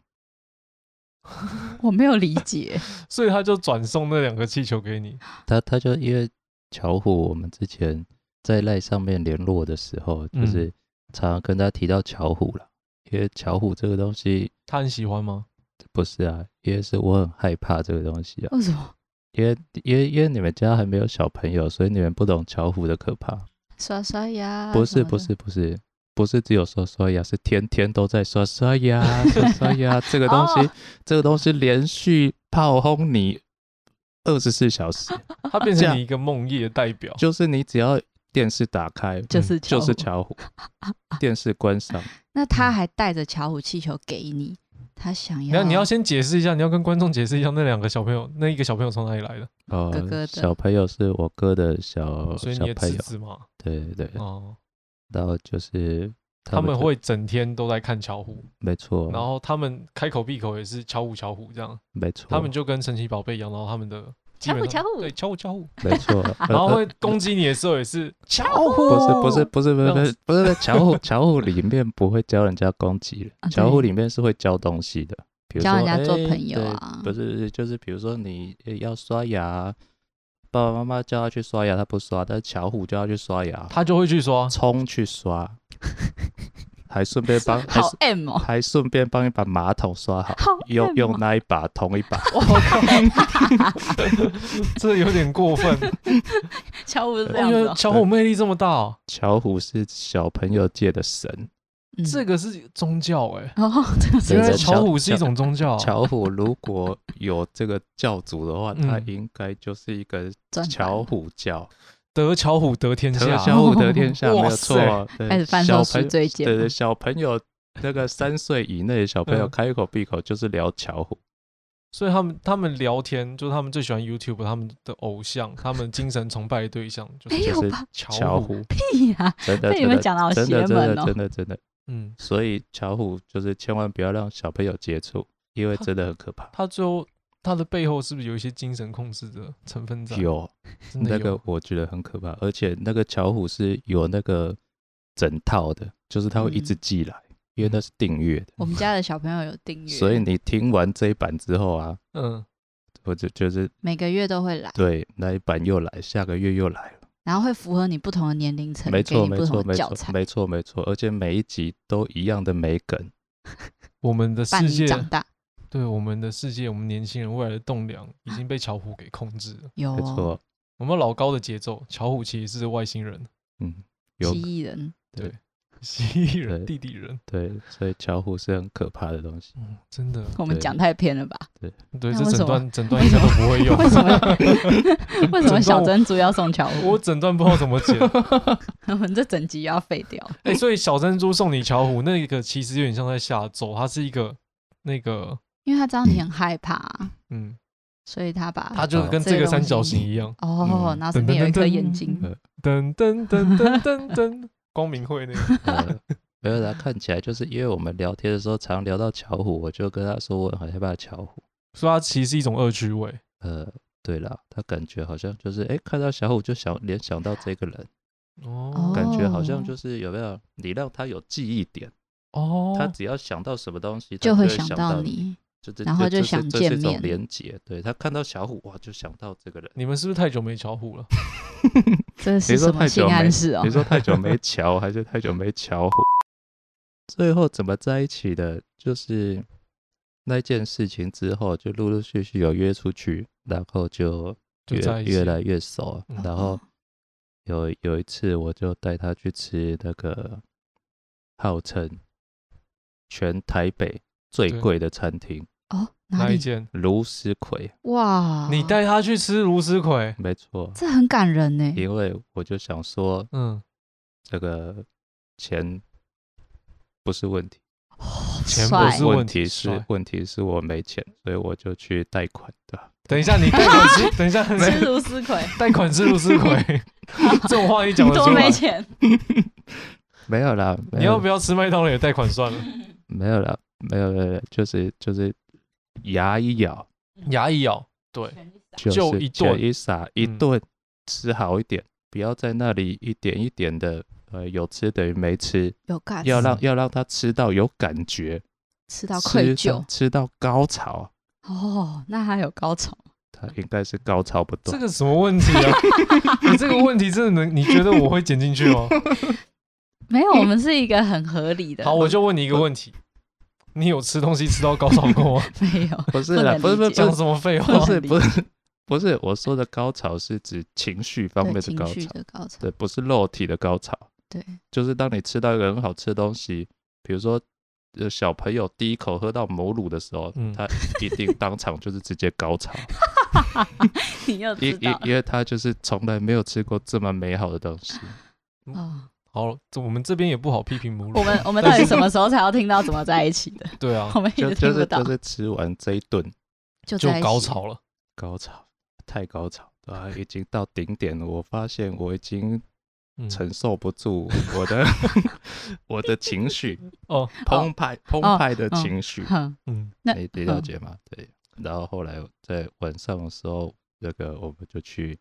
[SPEAKER 2] 我没有理解，
[SPEAKER 1] 所以他就转送那两个气球给你。
[SPEAKER 3] 他他就因为巧虎，我们之前在赖上面联络的时候，
[SPEAKER 1] 嗯
[SPEAKER 3] 就是常常跟他提到巧虎啦，因为巧虎这个东西
[SPEAKER 1] 他很喜欢吗？
[SPEAKER 3] 不是啊，因为是我很害怕这个东西啊，
[SPEAKER 2] 为什么？
[SPEAKER 3] 因为因为因为你们家还没有小朋友，所以你们不懂巧虎的可怕。
[SPEAKER 2] 刷刷牙？
[SPEAKER 3] 不
[SPEAKER 2] 啊什
[SPEAKER 3] 是
[SPEAKER 2] 么的
[SPEAKER 3] 不，是不是不是只有刷刷牙，是天天都在刷刷牙刷刷牙。 这个东西、
[SPEAKER 2] 哦
[SPEAKER 3] 这个东西连续炮轰你二十四小时，
[SPEAKER 2] 啊
[SPEAKER 1] 他变
[SPEAKER 3] 这
[SPEAKER 1] 成
[SPEAKER 3] 样
[SPEAKER 1] 你一个梦夜代表。
[SPEAKER 3] 就是你只要电视打开嗯
[SPEAKER 2] 就是巧
[SPEAKER 3] 就
[SPEAKER 2] 虎
[SPEAKER 3] 是。巧 虎，电视关上
[SPEAKER 2] 那他还带着巧虎气球给你，他想
[SPEAKER 1] 你要
[SPEAKER 2] 要
[SPEAKER 1] 你要先解释一下，你要跟观众解释一下那两个小朋友，那一个小朋友从哪里来的？
[SPEAKER 3] 哦，
[SPEAKER 2] 哥哥的
[SPEAKER 3] 小朋友是我哥的小
[SPEAKER 1] 哦所以
[SPEAKER 3] 哦小
[SPEAKER 1] 你的
[SPEAKER 3] 朋
[SPEAKER 1] 侄
[SPEAKER 3] 友，
[SPEAKER 1] 子嘛，
[SPEAKER 3] 对对对，
[SPEAKER 1] 哦，
[SPEAKER 3] 然后就是
[SPEAKER 1] 他们
[SPEAKER 3] 就
[SPEAKER 1] 会整天都在看巧虎，
[SPEAKER 3] 没错，
[SPEAKER 1] 然后他们开口闭口也是巧虎巧虎这样，
[SPEAKER 3] 没错，
[SPEAKER 1] 他们就跟神奇宝贝一样，然后他们的基
[SPEAKER 2] 巧虎
[SPEAKER 1] 本上
[SPEAKER 2] 巧虎
[SPEAKER 1] 对巧虎巧虎，
[SPEAKER 3] 没 错，
[SPEAKER 1] 然后
[SPEAKER 3] 呃
[SPEAKER 1] 会攻击你的时候也 是巧虎，
[SPEAKER 3] 不是不是不是不是
[SPEAKER 1] 那
[SPEAKER 3] 不
[SPEAKER 1] 种
[SPEAKER 3] 是不是巧虎巧虎里面不会教人家攻击
[SPEAKER 2] 啊
[SPEAKER 3] 的，巧虎
[SPEAKER 2] 对
[SPEAKER 3] 里面是会教东西的，比如
[SPEAKER 2] 教人
[SPEAKER 3] 说
[SPEAKER 2] 家做
[SPEAKER 3] 哎
[SPEAKER 2] 朋友
[SPEAKER 3] 对
[SPEAKER 2] 啊
[SPEAKER 3] 不是就是比如说你呃要刷牙，爸爸妈妈叫他去刷牙，他不刷，但是巧虎叫他去刷牙，
[SPEAKER 1] 他就会去说
[SPEAKER 3] 冲去刷， 还顺便帮还
[SPEAKER 2] 好
[SPEAKER 3] 是
[SPEAKER 2] M 哦，
[SPEAKER 3] 还顺便帮你把马桶刷好，
[SPEAKER 2] 好 M
[SPEAKER 3] 用
[SPEAKER 2] 哦
[SPEAKER 3] 用那一把同 一把，
[SPEAKER 1] 哦这有点过分，
[SPEAKER 2] 巧虎是 这
[SPEAKER 1] 因
[SPEAKER 2] 样子
[SPEAKER 1] 为
[SPEAKER 2] 哦，
[SPEAKER 1] 巧虎魅力这么大哦，
[SPEAKER 3] 巧虎是小朋友界的神，
[SPEAKER 2] 嗯
[SPEAKER 1] 这个是宗教哎，
[SPEAKER 2] 哦，这个
[SPEAKER 3] 对
[SPEAKER 1] 原来
[SPEAKER 2] 是
[SPEAKER 3] 这
[SPEAKER 1] 巧虎是一种宗
[SPEAKER 2] 哦
[SPEAKER 1] 教啊，
[SPEAKER 3] 巧虎如果有这个教主的话，他
[SPEAKER 1] 嗯
[SPEAKER 3] 应该就是一个
[SPEAKER 2] 转
[SPEAKER 3] 巧虎教，
[SPEAKER 1] 得巧虎得天
[SPEAKER 3] 得
[SPEAKER 1] 下，哦
[SPEAKER 3] 巧虎得天 下，没
[SPEAKER 1] 哇
[SPEAKER 3] 有错。啊
[SPEAKER 2] 开
[SPEAKER 3] 对，
[SPEAKER 2] 始贩
[SPEAKER 3] 小
[SPEAKER 2] 售赎
[SPEAKER 3] 朋
[SPEAKER 2] 罪
[SPEAKER 3] 对
[SPEAKER 2] 券
[SPEAKER 3] 对，
[SPEAKER 2] 吗，
[SPEAKER 3] 小朋友那个三岁以内的小朋友
[SPEAKER 1] 嗯
[SPEAKER 3] 开口闭口就是聊巧虎，
[SPEAKER 1] 所以他们他们聊天就是他们最喜欢 YouTube 他们的偶像，他们精神崇拜的对象就是
[SPEAKER 2] 没
[SPEAKER 3] 就
[SPEAKER 2] 有
[SPEAKER 3] 是
[SPEAKER 2] 吧
[SPEAKER 1] 巧
[SPEAKER 3] 巧
[SPEAKER 1] 虎，
[SPEAKER 3] 虎，
[SPEAKER 2] 屁啊呀，
[SPEAKER 3] 真的
[SPEAKER 2] 被你
[SPEAKER 3] 真
[SPEAKER 2] 们
[SPEAKER 3] 的
[SPEAKER 2] 讲的好
[SPEAKER 3] 真
[SPEAKER 2] 邪
[SPEAKER 3] 的真
[SPEAKER 2] 门
[SPEAKER 3] 的
[SPEAKER 2] 哦
[SPEAKER 3] 真，的真的，
[SPEAKER 1] 嗯，
[SPEAKER 3] 所以巧虎就是千万不要让小朋友接触，因 为真的很可怕。
[SPEAKER 1] 他最后他的背后是不是有一些精神控制的成分在？
[SPEAKER 3] 有
[SPEAKER 1] 真
[SPEAKER 3] 那
[SPEAKER 1] 的
[SPEAKER 3] 个
[SPEAKER 1] 有，
[SPEAKER 3] 我觉得很可怕，而且那个巧虎是有那个整套的，就是他会一直
[SPEAKER 2] 嗯
[SPEAKER 3] 寄来，因为那是订阅的，
[SPEAKER 2] 我们家的小朋友有订阅，
[SPEAKER 3] 所以你听完这一版之后啊，
[SPEAKER 1] 嗯，
[SPEAKER 3] 我就就是
[SPEAKER 2] 每个月都会来，
[SPEAKER 3] 对那一版又来，下个月又来了，然
[SPEAKER 2] 然后会符合你不同的年龄层，
[SPEAKER 3] 没
[SPEAKER 2] 给
[SPEAKER 3] 错
[SPEAKER 2] 你
[SPEAKER 3] 没
[SPEAKER 2] 不
[SPEAKER 3] 错
[SPEAKER 2] 同的
[SPEAKER 3] 没
[SPEAKER 2] 教
[SPEAKER 3] 错
[SPEAKER 2] 材，
[SPEAKER 3] 没错没错，而且每一集都一样的美梗，
[SPEAKER 1] 我们的
[SPEAKER 2] 伴
[SPEAKER 1] 世
[SPEAKER 2] 你
[SPEAKER 1] 界，
[SPEAKER 2] 长大。
[SPEAKER 1] 对我们的世界，我们年轻人未来的栋梁已经被巧虎给控制了。
[SPEAKER 2] 有
[SPEAKER 3] 没
[SPEAKER 2] 哦，
[SPEAKER 3] 错，
[SPEAKER 1] 我们老高的节奏，巧虎其实是外星人、
[SPEAKER 3] 嗯，有
[SPEAKER 2] 蜥蜴人，
[SPEAKER 1] 蜥蜴人、
[SPEAKER 3] 对
[SPEAKER 1] 地底人。
[SPEAKER 3] 对，所以巧虎是很可怕的东西。
[SPEAKER 1] 嗯，真的，
[SPEAKER 2] 我们
[SPEAKER 3] 对
[SPEAKER 2] 讲太偏了吧？
[SPEAKER 1] 对，
[SPEAKER 2] 那
[SPEAKER 1] 这
[SPEAKER 2] 为什
[SPEAKER 1] 整
[SPEAKER 2] 么
[SPEAKER 1] 段 整段应该都不会用。
[SPEAKER 2] 为什么？ 为什么小
[SPEAKER 1] 整段我
[SPEAKER 2] 珍珠要送巧虎
[SPEAKER 1] 我？整段不知道怎么 剪。
[SPEAKER 2] 我们这整集要废掉。
[SPEAKER 1] 哎、所以小珍珠送你巧虎那个其实有点像在下咒，它是一个那个
[SPEAKER 2] 因为他知道你很害怕啊，
[SPEAKER 1] 嗯，
[SPEAKER 2] 所以他把
[SPEAKER 1] 它
[SPEAKER 3] 啊
[SPEAKER 1] 就跟这个三角形一 样，
[SPEAKER 2] 哦
[SPEAKER 3] 嗯，
[SPEAKER 2] 然后身边有一颗眼睛，
[SPEAKER 1] 噔噔噔噔噔 噔，光明会那个。
[SPEAKER 3] 呃 没有啦，看起来就是因为我们聊天的时候常聊到巧虎，我就跟他说我很害怕巧虎。
[SPEAKER 1] 所以它其实是一种恶趣味。
[SPEAKER 3] 呃，对啦，他感觉好像就是哎，看到巧虎就想联想到这个人，
[SPEAKER 1] 哦
[SPEAKER 3] 感觉好
[SPEAKER 2] 哦
[SPEAKER 3] 像就是有没有你让他有记忆点，
[SPEAKER 1] 哦，
[SPEAKER 3] 他只要想到什么东西，他
[SPEAKER 2] 就
[SPEAKER 3] 会
[SPEAKER 2] 会想
[SPEAKER 3] 到
[SPEAKER 2] 到，你。
[SPEAKER 3] 就这
[SPEAKER 2] 然后
[SPEAKER 3] 这
[SPEAKER 2] 就
[SPEAKER 3] 这是
[SPEAKER 2] 想
[SPEAKER 3] 这是一
[SPEAKER 2] 见
[SPEAKER 3] 种
[SPEAKER 2] 面
[SPEAKER 3] 连结，对他看到巧虎哇，就想到这个人。
[SPEAKER 1] 你们是不是太久没巧虎了？
[SPEAKER 2] 这是什么性暗示哦
[SPEAKER 3] 你？说太久没瞧，还是太久没瞧虎？ 最后怎么在一起的？就是那件事情之后，就陆陆续续有约出去，然后就
[SPEAKER 1] 就
[SPEAKER 3] 越
[SPEAKER 1] 在一起
[SPEAKER 3] 越来越熟。
[SPEAKER 1] 嗯
[SPEAKER 3] 然后有有一次，我就带他去吃那个号称全台北最
[SPEAKER 1] 对
[SPEAKER 3] 贵的餐厅
[SPEAKER 2] 哦，哪
[SPEAKER 1] 哪一
[SPEAKER 2] 里？哦
[SPEAKER 1] 件？
[SPEAKER 3] ——卢思奎。
[SPEAKER 2] 哇，
[SPEAKER 1] 你带他去吃芦丝葵？
[SPEAKER 3] 没错，
[SPEAKER 2] 这很感人呢。
[SPEAKER 3] 因为我就想说，
[SPEAKER 1] 嗯，
[SPEAKER 3] 这个钱不是问题。
[SPEAKER 1] 钱
[SPEAKER 2] 帅
[SPEAKER 1] 不是
[SPEAKER 3] 问
[SPEAKER 1] 问
[SPEAKER 3] 题
[SPEAKER 1] 题
[SPEAKER 3] 是
[SPEAKER 1] 帅
[SPEAKER 3] 问题是我没钱，所以我就去贷款的。
[SPEAKER 1] 等一下，你贷款 吃，等一下，
[SPEAKER 2] 吃芦丝葵，
[SPEAKER 1] 贷款吃芦丝 葵，这种话你讲得
[SPEAKER 2] 多
[SPEAKER 1] 出来
[SPEAKER 2] 没？钱。
[SPEAKER 3] 没有啦，
[SPEAKER 1] 你
[SPEAKER 3] 没
[SPEAKER 1] 要
[SPEAKER 3] 有
[SPEAKER 1] 不要吃麦当劳也贷款算了？
[SPEAKER 3] 没有啦，没有没有，就是就是牙一咬
[SPEAKER 1] 牙一咬，对，
[SPEAKER 3] 就
[SPEAKER 1] 就是一
[SPEAKER 3] 钱
[SPEAKER 1] 顿
[SPEAKER 3] 一撒一
[SPEAKER 1] 嗯
[SPEAKER 3] 顿吃好一点，不要在那里一点一点的呃有吃等于没吃，
[SPEAKER 2] 有感，
[SPEAKER 3] 要让要让他吃到有感觉，
[SPEAKER 2] 吃啊到愧
[SPEAKER 3] 吃
[SPEAKER 2] 疚
[SPEAKER 3] 到吃到高潮，
[SPEAKER 2] 哦，那他有高潮。
[SPEAKER 3] 他应该是高潮不
[SPEAKER 1] 这
[SPEAKER 3] 断。
[SPEAKER 1] 个什么问题啊？ 你这个问题真的能？你觉得我会剪进去吗？
[SPEAKER 2] 没有，我们是一个很合理 的。
[SPEAKER 1] 好，我就问你一个问题：你有吃东西吃到高潮过 吗？
[SPEAKER 2] 没有，
[SPEAKER 3] 不是
[SPEAKER 2] 不
[SPEAKER 3] 啦，
[SPEAKER 2] 能
[SPEAKER 3] 不是
[SPEAKER 2] 理
[SPEAKER 3] 不是不是
[SPEAKER 2] 解
[SPEAKER 1] 讲什么废话？
[SPEAKER 3] 不是
[SPEAKER 2] 理
[SPEAKER 3] 不是 不是，我说的高潮是指情绪方面
[SPEAKER 2] 对
[SPEAKER 3] 的
[SPEAKER 2] 情
[SPEAKER 3] 高
[SPEAKER 2] 绪
[SPEAKER 3] 潮，
[SPEAKER 2] 的高潮。
[SPEAKER 3] 对，不是肉体的高潮。
[SPEAKER 2] 对，
[SPEAKER 3] 就是当你吃到一个很好吃的东西，比如说呃小朋友第一口喝到母乳的时候，
[SPEAKER 1] 嗯
[SPEAKER 3] 他一定 当场就是直接高潮，
[SPEAKER 2] 你又
[SPEAKER 3] 因
[SPEAKER 2] 知
[SPEAKER 3] 因
[SPEAKER 2] 道
[SPEAKER 3] 因为他就是从来没有吃过这么美好的东 西。
[SPEAKER 2] 哦。
[SPEAKER 1] 好，这我们这边也不好批评母乳。
[SPEAKER 2] 我们我们到底什么时候才要听到怎么在一起的？
[SPEAKER 1] 对啊
[SPEAKER 2] 我，们一
[SPEAKER 3] 就
[SPEAKER 2] 直
[SPEAKER 3] 就
[SPEAKER 2] 听不
[SPEAKER 3] 是
[SPEAKER 2] 到
[SPEAKER 3] 就，是吃完这一顿
[SPEAKER 2] 就
[SPEAKER 1] 就
[SPEAKER 2] 在一
[SPEAKER 1] 高
[SPEAKER 2] 起。
[SPEAKER 1] 潮了。
[SPEAKER 3] 高潮，太高潮。啊，已经到顶点了。我发现我已经
[SPEAKER 1] 嗯，
[SPEAKER 3] 承受不住我的 我的情绪，
[SPEAKER 1] 哦，
[SPEAKER 3] 澎湃澎
[SPEAKER 2] 哦
[SPEAKER 3] 湃的
[SPEAKER 2] 嗯
[SPEAKER 3] 情绪，
[SPEAKER 2] 哼，
[SPEAKER 1] 嗯，
[SPEAKER 2] 那
[SPEAKER 3] 你你了
[SPEAKER 2] 嗯
[SPEAKER 3] 解吗？哎对。然后后来我在晚上的时候，那个我们就去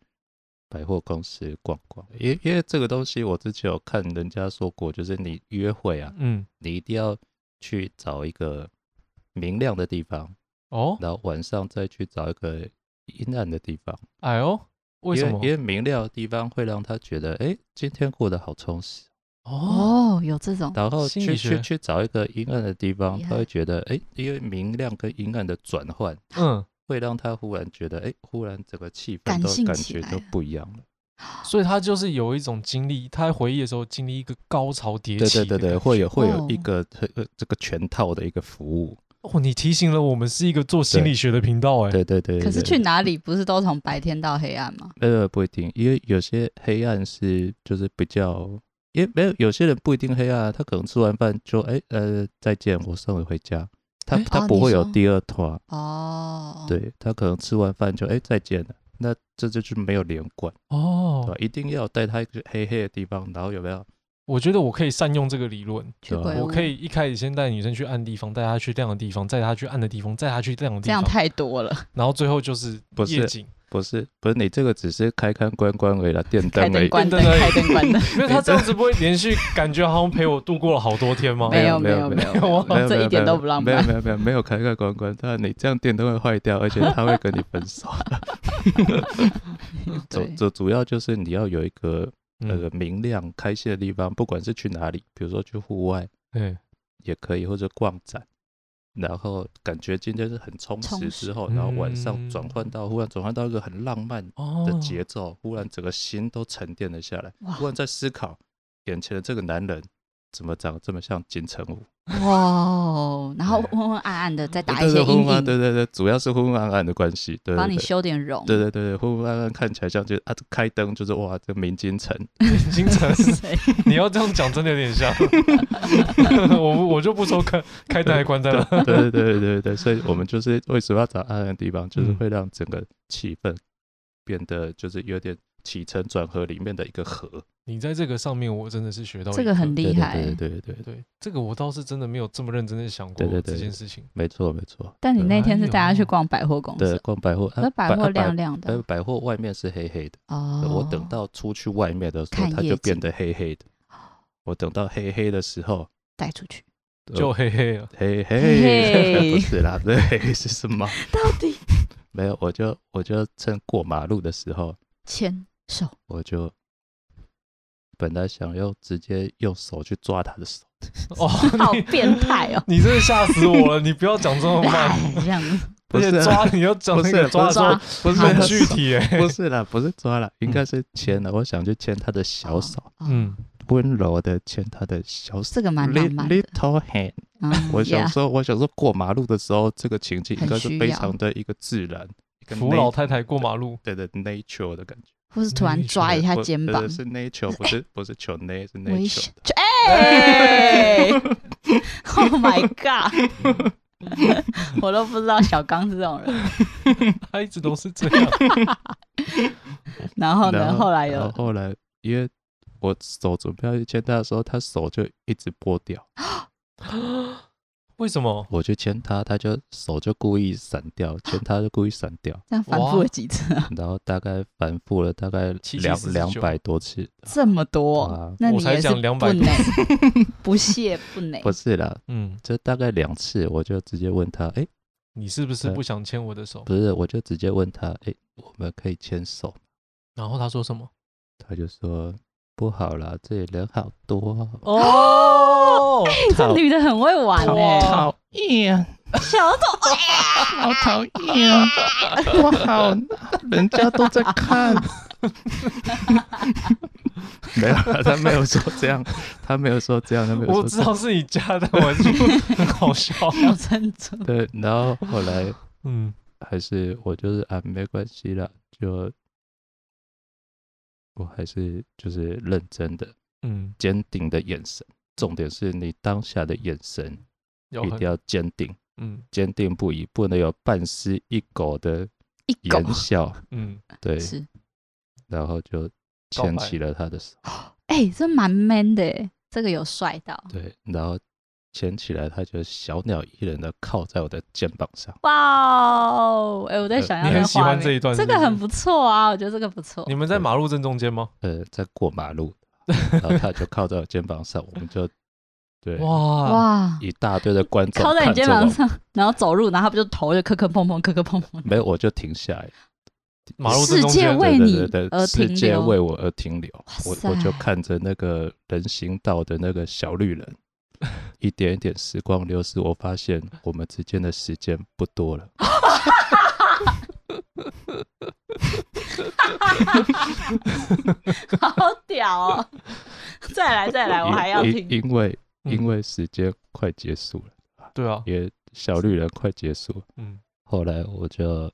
[SPEAKER 3] 百货公司逛逛，因因为这个东西我之前有看人家说过，就是你约会啊，
[SPEAKER 1] 嗯，
[SPEAKER 3] 你一定要去找一个明亮的地方，
[SPEAKER 1] 哦，
[SPEAKER 3] 然后晚上再去找一个阴暗的地方。
[SPEAKER 1] 哎呦，为什么
[SPEAKER 3] 因为？因为明亮的地方会让他觉得，哎，今天过得好充实。
[SPEAKER 1] 哦，
[SPEAKER 2] 哦，有这种
[SPEAKER 3] 然后
[SPEAKER 1] 心
[SPEAKER 3] 去
[SPEAKER 1] 理
[SPEAKER 3] 去
[SPEAKER 1] 学
[SPEAKER 3] 去找一个阴暗的地方，
[SPEAKER 2] 厉
[SPEAKER 3] 他
[SPEAKER 2] 害
[SPEAKER 3] 会觉得，哎，因为明亮跟阴暗的转换，
[SPEAKER 1] 嗯，
[SPEAKER 3] 会让他忽然觉得，哎，忽然整个气
[SPEAKER 2] 感
[SPEAKER 3] 氛都
[SPEAKER 2] 性
[SPEAKER 3] 感
[SPEAKER 2] 起
[SPEAKER 3] 觉
[SPEAKER 2] 来啊
[SPEAKER 3] 都
[SPEAKER 2] 了
[SPEAKER 3] 不一样了。
[SPEAKER 1] 所以他就是有一种经历，他在回忆的时候经历一个高潮迭
[SPEAKER 3] 对
[SPEAKER 1] 起的感
[SPEAKER 3] 对
[SPEAKER 1] 觉。
[SPEAKER 3] 对对，会有会有一
[SPEAKER 2] 哦
[SPEAKER 3] 个这个这个全套的一个服务。
[SPEAKER 1] 哦，你提醒了我们是一个做心
[SPEAKER 3] 对
[SPEAKER 1] 理学的频道，哎，
[SPEAKER 3] 对对对，
[SPEAKER 2] 可是
[SPEAKER 3] 对
[SPEAKER 2] 去哪里不是都从白天到黑暗吗？
[SPEAKER 3] 没有不一定，因为有些黑暗是就是比较，因为没有有些人不一定黑暗啊，他可能吃完饭就哎呃再见，我送你回家，他
[SPEAKER 1] 哎
[SPEAKER 3] 他
[SPEAKER 2] 哦
[SPEAKER 3] 不
[SPEAKER 2] 你
[SPEAKER 3] 会有
[SPEAKER 2] 说
[SPEAKER 3] 第二套啊，
[SPEAKER 2] 哦，，
[SPEAKER 3] 对他可能吃完饭就哎再见了，那这就是没有连贯。对吧
[SPEAKER 1] 哦，？
[SPEAKER 3] 一定要带他一个黑黑的地方，然后有没有？
[SPEAKER 1] 我觉得我可以善用这个理论，
[SPEAKER 2] 去
[SPEAKER 3] 对啊
[SPEAKER 2] 鬼
[SPEAKER 1] 我
[SPEAKER 2] 屋，
[SPEAKER 1] 可以一开始先带女生去暗地方，带她去亮的地方，带她去暗的地方，带她去亮的地
[SPEAKER 2] 这样
[SPEAKER 1] 方，
[SPEAKER 2] 太多了，
[SPEAKER 1] 然后最后就是
[SPEAKER 3] 不是
[SPEAKER 1] 夜景，
[SPEAKER 3] 不是不是，你这个只是开开关关而已啦，电灯
[SPEAKER 2] 开
[SPEAKER 3] 而
[SPEAKER 2] 灯
[SPEAKER 3] 已。
[SPEAKER 2] 关灯，
[SPEAKER 1] 对对对
[SPEAKER 2] 开灯关灯，
[SPEAKER 1] 因为她这样子不会连续感觉好像陪我度过了好多天吗？
[SPEAKER 2] 没有
[SPEAKER 3] 没有
[SPEAKER 2] 有没
[SPEAKER 3] 没有
[SPEAKER 2] 有
[SPEAKER 3] 没有没
[SPEAKER 2] 这
[SPEAKER 3] 有
[SPEAKER 2] 一点
[SPEAKER 3] 没有
[SPEAKER 2] 都不浪
[SPEAKER 3] 没有
[SPEAKER 2] 漫。
[SPEAKER 3] 没有没有没有开开关关，但你这样电灯会坏掉，而且他会跟你分手。主
[SPEAKER 2] 对，
[SPEAKER 3] 主主要就是你要有一个那个
[SPEAKER 1] 嗯，
[SPEAKER 3] 明亮开心的
[SPEAKER 1] 哎
[SPEAKER 3] 地方，不管是去哪里，比如说去户外
[SPEAKER 1] 对，
[SPEAKER 3] 也可以，或者逛展，然后感觉今天是很充
[SPEAKER 2] 充
[SPEAKER 3] 实
[SPEAKER 2] 实
[SPEAKER 3] 之后，然后晚上
[SPEAKER 1] 嗯
[SPEAKER 3] 转换到忽然转换到一个很浪漫
[SPEAKER 1] 哦
[SPEAKER 3] 的节奏，忽然整个心都沉淀了下来，
[SPEAKER 2] 哇
[SPEAKER 3] 忽然在思考眼前的这个男人怎么长得这么像金城武，
[SPEAKER 2] 哇哦，然后
[SPEAKER 3] 对
[SPEAKER 2] 昏昏暗暗的再打
[SPEAKER 3] 对
[SPEAKER 2] 一些
[SPEAKER 3] 对
[SPEAKER 2] 阴
[SPEAKER 3] 昏昏暗对
[SPEAKER 2] 影，
[SPEAKER 3] 对对，主要是昏昏暗暗的关系，对
[SPEAKER 2] 帮
[SPEAKER 3] 对
[SPEAKER 2] 你
[SPEAKER 3] 对。
[SPEAKER 2] 修点容。
[SPEAKER 3] 对对对对，昏昏暗暗看起来像就是啊，开灯就是哇，这明金城，
[SPEAKER 1] 金城，
[SPEAKER 2] 谁
[SPEAKER 1] 哦你要这样讲，真的有点像。 我不我就不说开开灯还关灯了。
[SPEAKER 3] 对对对对对对，所以我们就是为什么要找暗暗的地方，就是
[SPEAKER 1] 嗯
[SPEAKER 3] 会让整个气氛变得就是有点起承转合里面的一个和。
[SPEAKER 1] 你在这个上面，我真的是学到
[SPEAKER 2] 这
[SPEAKER 1] 一
[SPEAKER 2] 个很
[SPEAKER 3] 对
[SPEAKER 2] 厉害。
[SPEAKER 3] 对对对对对，
[SPEAKER 1] 对，这个我倒是真的没有这么认真的想过
[SPEAKER 3] 对对对
[SPEAKER 1] 这件事情。
[SPEAKER 3] 没错没错。
[SPEAKER 2] 但你
[SPEAKER 3] 对
[SPEAKER 2] 那天
[SPEAKER 1] 哎
[SPEAKER 2] 是
[SPEAKER 1] 呦
[SPEAKER 2] 大家去逛百货公
[SPEAKER 3] 对
[SPEAKER 2] 司，
[SPEAKER 3] 逛百货，
[SPEAKER 2] 那
[SPEAKER 3] 啊
[SPEAKER 2] 百货亮
[SPEAKER 3] 百
[SPEAKER 2] 亮
[SPEAKER 3] 呃
[SPEAKER 2] 的
[SPEAKER 3] 百货外面是黑黑的，
[SPEAKER 2] 哦。
[SPEAKER 3] 我等到出去外面的时候，
[SPEAKER 2] 看
[SPEAKER 3] 它
[SPEAKER 2] 夜
[SPEAKER 3] 就变
[SPEAKER 2] 景
[SPEAKER 3] 得黑黑的。我等到黑黑的时候，
[SPEAKER 2] 带出去，
[SPEAKER 3] 呃
[SPEAKER 1] 就嘿嘿 了，
[SPEAKER 3] 嘿
[SPEAKER 2] 嘿
[SPEAKER 3] 嘿， 不是啦，对，是什么？
[SPEAKER 2] 到底
[SPEAKER 3] 没有，我就我就趁过马路的时候，
[SPEAKER 2] 牵手
[SPEAKER 3] 我就本来想要直接用手去抓他的手，
[SPEAKER 1] 哦，
[SPEAKER 2] 好
[SPEAKER 1] 你！
[SPEAKER 2] 变态哦
[SPEAKER 1] 你真的吓死我了！你不要讲这么慢，
[SPEAKER 2] 哎，这样子
[SPEAKER 1] 而
[SPEAKER 3] 不
[SPEAKER 1] 且
[SPEAKER 3] 是啦
[SPEAKER 1] 抓你要讲那个
[SPEAKER 3] 不是
[SPEAKER 1] 抓的时候
[SPEAKER 2] 抓
[SPEAKER 3] 不是
[SPEAKER 2] 好
[SPEAKER 1] 很
[SPEAKER 3] 啦
[SPEAKER 1] 具，体哎。
[SPEAKER 3] 不是啦，不是抓啦，应该是牵了。我想去牵他的小手，，
[SPEAKER 2] 嗯哦
[SPEAKER 1] 嗯，
[SPEAKER 3] 温柔的牵他的小手
[SPEAKER 2] 这个蛮浪漫的。
[SPEAKER 3] ，little hand。
[SPEAKER 2] 嗯
[SPEAKER 3] 我想
[SPEAKER 2] yeah，
[SPEAKER 3] 说，我想说过马路的时候，这个情境应
[SPEAKER 2] 很
[SPEAKER 3] 该是
[SPEAKER 2] 需
[SPEAKER 3] 非
[SPEAKER 2] 要
[SPEAKER 3] 常的一个自然，一个
[SPEAKER 1] 扶老
[SPEAKER 3] nat-
[SPEAKER 1] 太太过马路，
[SPEAKER 3] 对的 nature 的感觉。
[SPEAKER 2] 或是突然抓一下肩
[SPEAKER 3] 不
[SPEAKER 2] 膀
[SPEAKER 3] 不， 是 nature，不是不是求 n 是
[SPEAKER 2] 微笑
[SPEAKER 3] nature 的。，
[SPEAKER 2] 就哎 ，Oh my god！
[SPEAKER 1] 嗯
[SPEAKER 2] 我都不知道小刚是这种人。
[SPEAKER 1] 他一直都是这 样。
[SPEAKER 2] 然后呢，后来
[SPEAKER 3] 然
[SPEAKER 2] 有
[SPEAKER 3] 后后来因为我手准备要去牵他的时候，他手就一直拨掉。
[SPEAKER 1] 为什么？
[SPEAKER 3] 我去牵他，他就手就故意闪掉，牵他就故意闪 掉，
[SPEAKER 2] 这样反复了几次啊？
[SPEAKER 3] 然后大概反复了大概
[SPEAKER 1] 七七
[SPEAKER 3] 两
[SPEAKER 1] 四十
[SPEAKER 3] 两
[SPEAKER 1] 九
[SPEAKER 3] 百多次。
[SPEAKER 2] 这么多，
[SPEAKER 3] 啊，
[SPEAKER 2] 那
[SPEAKER 1] 我
[SPEAKER 2] 你
[SPEAKER 1] 才
[SPEAKER 2] 也是
[SPEAKER 1] 讲
[SPEAKER 2] 不
[SPEAKER 1] 200多
[SPEAKER 2] 馁， 不屑不馁。
[SPEAKER 3] 不是啦，
[SPEAKER 1] 嗯，
[SPEAKER 3] 就大概两次，我就直接问他，哎，
[SPEAKER 1] 你是不是
[SPEAKER 3] 对
[SPEAKER 1] 不想牵我的手？
[SPEAKER 3] 不是，我就直接问他，哎，我们可以牵手？
[SPEAKER 1] 然后他说 什么？
[SPEAKER 3] 他就说不好啦，这里人好多啊，
[SPEAKER 1] 哦，
[SPEAKER 2] 哎这女的很会玩
[SPEAKER 1] 讨
[SPEAKER 2] 哎，
[SPEAKER 1] 讨
[SPEAKER 3] 厌，
[SPEAKER 2] 小董
[SPEAKER 3] 好讨厌，不好，人家都在看。 没有啦，他没有说这样，他没有说这样，他没有
[SPEAKER 1] 我
[SPEAKER 3] 说
[SPEAKER 1] 知
[SPEAKER 3] 这样。
[SPEAKER 1] 道是你家的，我 就很好笑。
[SPEAKER 2] 好珍珠，
[SPEAKER 3] 对，然后后来
[SPEAKER 1] 嗯，
[SPEAKER 3] 还是我就是啊，没关系啦，就我还是就是认真的、
[SPEAKER 1] 嗯，
[SPEAKER 3] 坚定的眼神。重点是你当下的眼神
[SPEAKER 1] 要
[SPEAKER 3] 一
[SPEAKER 1] 很
[SPEAKER 3] 定要坚定，
[SPEAKER 1] 嗯
[SPEAKER 3] 坚定不移，不能有半丝一苟的
[SPEAKER 2] 一狗
[SPEAKER 3] 言 笑。
[SPEAKER 1] 嗯，
[SPEAKER 3] 对，
[SPEAKER 2] 是
[SPEAKER 3] 然后就
[SPEAKER 1] 告
[SPEAKER 3] 牵
[SPEAKER 1] 白
[SPEAKER 3] 起了他的手，
[SPEAKER 2] 哎，这蛮 man 的哎，这个有帅到
[SPEAKER 3] 对，然后牵起来，他就小鸟依人的靠在我的肩膀上。
[SPEAKER 2] 哇哦！哎，我在
[SPEAKER 3] 呃
[SPEAKER 2] 想
[SPEAKER 1] 你
[SPEAKER 2] 要
[SPEAKER 1] 很
[SPEAKER 2] 那
[SPEAKER 1] 喜
[SPEAKER 2] 画
[SPEAKER 1] 欢这
[SPEAKER 2] 面，
[SPEAKER 1] 一段，
[SPEAKER 2] 这个很。不错啊，我觉得这个不错
[SPEAKER 1] 你。们在马路正中间吗？
[SPEAKER 3] 呃，在过马 路，然后他就靠在我肩膀上，我们就对
[SPEAKER 1] 哇，
[SPEAKER 2] 哇，
[SPEAKER 3] 一大堆的观众
[SPEAKER 2] 靠在你
[SPEAKER 3] 看
[SPEAKER 2] 肩
[SPEAKER 3] 着
[SPEAKER 2] 膀
[SPEAKER 3] 我，
[SPEAKER 2] 上， 然后走路，然后他不就头就磕磕碰碰，磕磕碰碰。
[SPEAKER 3] 没有我就停下来，
[SPEAKER 1] 马路正
[SPEAKER 2] 世
[SPEAKER 1] 中
[SPEAKER 2] 界
[SPEAKER 1] 间，
[SPEAKER 3] 对
[SPEAKER 2] 为你
[SPEAKER 3] 对对
[SPEAKER 2] 而
[SPEAKER 3] 对，世
[SPEAKER 2] 停
[SPEAKER 3] 界
[SPEAKER 2] 留
[SPEAKER 3] 为我而停留，我我就
[SPEAKER 2] 塞
[SPEAKER 3] 看着那个人行道的那个小绿人。 一点一点时光流逝，我发现我们之间的时间不多了。
[SPEAKER 2] 好屌哦！再来再来，我
[SPEAKER 3] 因
[SPEAKER 2] 还要
[SPEAKER 3] 因
[SPEAKER 2] 听。
[SPEAKER 3] 因为因
[SPEAKER 1] 嗯
[SPEAKER 3] 为时间快结束了，
[SPEAKER 1] 对啊，
[SPEAKER 3] 也小绿人快结束了。
[SPEAKER 1] 嗯，
[SPEAKER 3] 后来我就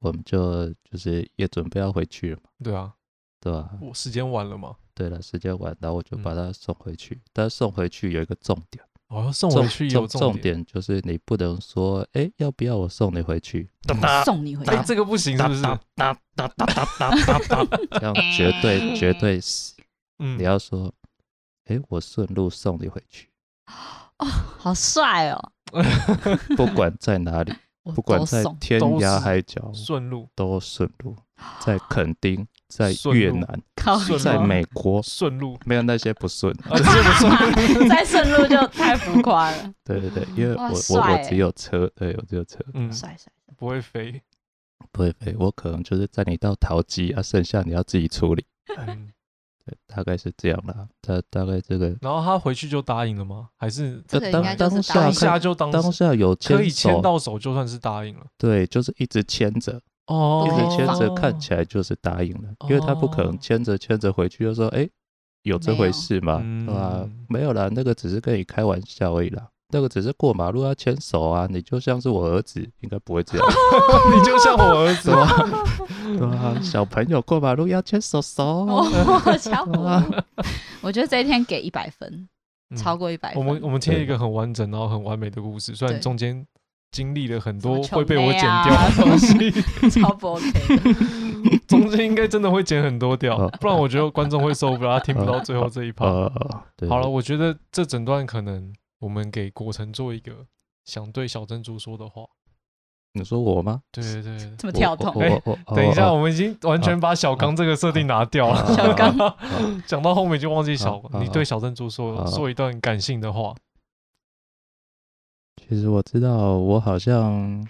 [SPEAKER 3] 我们就就是也准备要回去了嘛，
[SPEAKER 1] 对啊，
[SPEAKER 3] 对吧？
[SPEAKER 2] 嗯
[SPEAKER 1] 我时间晚了嘛，
[SPEAKER 3] 对了，时间晚，然后我就
[SPEAKER 1] 嗯
[SPEAKER 3] 把他送回去。但送回去有一个重点，
[SPEAKER 1] 我要哦送回去也有
[SPEAKER 3] 重重
[SPEAKER 1] 重点。
[SPEAKER 3] 点就是你不能说，哎、要不要我送你回去？
[SPEAKER 2] 送你回
[SPEAKER 1] 哎，
[SPEAKER 2] 家，
[SPEAKER 1] 这个不行是不是？
[SPEAKER 3] 这样绝对绝对死。
[SPEAKER 1] 嗯
[SPEAKER 3] 你，要说，哎、我顺路送你回去，
[SPEAKER 2] 好帅哦！
[SPEAKER 3] 不管在哪里，
[SPEAKER 2] 我
[SPEAKER 3] 不管
[SPEAKER 2] 都
[SPEAKER 3] 在
[SPEAKER 2] 送
[SPEAKER 3] 天
[SPEAKER 1] 都是
[SPEAKER 3] 涯海角，
[SPEAKER 1] 顺路，
[SPEAKER 3] 都顺路，
[SPEAKER 2] 啊
[SPEAKER 3] 在垦丁，在
[SPEAKER 1] 顺
[SPEAKER 3] 越
[SPEAKER 1] 路
[SPEAKER 3] 南，
[SPEAKER 2] 靠
[SPEAKER 1] 顺
[SPEAKER 3] 在
[SPEAKER 1] 路啊
[SPEAKER 3] 美国，
[SPEAKER 1] 顺路
[SPEAKER 3] 没有那些不顺。
[SPEAKER 1] 啊，这不顺路。
[SPEAKER 2] 再顺路就太浮夸了，
[SPEAKER 3] 对对对，因为
[SPEAKER 2] 哇
[SPEAKER 3] 我我
[SPEAKER 2] 帅
[SPEAKER 3] 我
[SPEAKER 2] 欸
[SPEAKER 3] 只有车，对我只有车，
[SPEAKER 1] 嗯，
[SPEAKER 2] 帅帅。
[SPEAKER 1] 不会飞。
[SPEAKER 3] 不会飞，我可能就是载你到桃机啊，剩下你要自己处理。
[SPEAKER 1] 嗯，
[SPEAKER 3] 大概是这样啦。他大概这个
[SPEAKER 1] 然后他回去就答应了吗？还是
[SPEAKER 2] 这
[SPEAKER 3] 当
[SPEAKER 2] 个应该
[SPEAKER 3] 当
[SPEAKER 2] 就是
[SPEAKER 3] 当
[SPEAKER 1] 当
[SPEAKER 3] 下
[SPEAKER 2] 答应
[SPEAKER 1] 下
[SPEAKER 3] 看
[SPEAKER 1] 就当
[SPEAKER 3] 当下有
[SPEAKER 1] 可以
[SPEAKER 3] 牵
[SPEAKER 1] 牵
[SPEAKER 3] 手，
[SPEAKER 1] 到手，就算是答应了
[SPEAKER 3] 对，就是一直牵着，
[SPEAKER 1] 哦
[SPEAKER 3] 一
[SPEAKER 2] 对
[SPEAKER 3] 直牵着，看
[SPEAKER 1] 来
[SPEAKER 3] 起来就是答应了，因为他不可
[SPEAKER 1] 哦
[SPEAKER 3] 能牵着牵着回去就说，哎，有这
[SPEAKER 2] 没
[SPEAKER 3] 回
[SPEAKER 2] 有
[SPEAKER 3] 事吗？
[SPEAKER 1] 嗯
[SPEAKER 3] 对吧？没有啦，那个只是跟你开玩笑而已啦。那个只是过马路要牵手啊，你就像是我儿子，应该不会这样，
[SPEAKER 2] 哦
[SPEAKER 1] 你就像我儿 子
[SPEAKER 3] 对，吧？对吧？小朋友过马路要牵手手，
[SPEAKER 2] 哦，巧虎，我觉得这一天给一百分，
[SPEAKER 1] 嗯
[SPEAKER 2] 超过一百分。
[SPEAKER 1] 我们我们听了
[SPEAKER 3] 对
[SPEAKER 1] 一个很完整然后很完美的故事，虽然
[SPEAKER 2] 对
[SPEAKER 1] 中间经历了很
[SPEAKER 2] 什么
[SPEAKER 1] 多
[SPEAKER 2] 丑
[SPEAKER 1] 会被我
[SPEAKER 2] 妹
[SPEAKER 1] 剪
[SPEAKER 2] 啊
[SPEAKER 1] 掉的东 西，
[SPEAKER 2] 超不 OK 的。
[SPEAKER 1] 中间应该真的会剪很多掉
[SPEAKER 3] 哦，
[SPEAKER 1] 不然我觉得观众会受不了，他听不到最后这一趴。
[SPEAKER 3] 呃，对
[SPEAKER 1] 好了，，我觉得这整段可能我们给国成做一个想对小珍珠说的话。
[SPEAKER 3] 你说我吗？
[SPEAKER 1] 对对对，
[SPEAKER 2] 这
[SPEAKER 3] 我
[SPEAKER 2] 么跳
[SPEAKER 3] 我
[SPEAKER 2] 痛，
[SPEAKER 3] 我我我
[SPEAKER 1] 等一下，
[SPEAKER 3] 我
[SPEAKER 1] 我们已经完全把小
[SPEAKER 3] 啊
[SPEAKER 1] 刚这个设定拿掉 了。
[SPEAKER 2] 小刚
[SPEAKER 1] 讲到后面就忘记小
[SPEAKER 3] 啊，啊
[SPEAKER 1] 你对小珍珠说
[SPEAKER 3] 啊
[SPEAKER 1] 说一段感性的话。
[SPEAKER 3] 其实我知道，我好像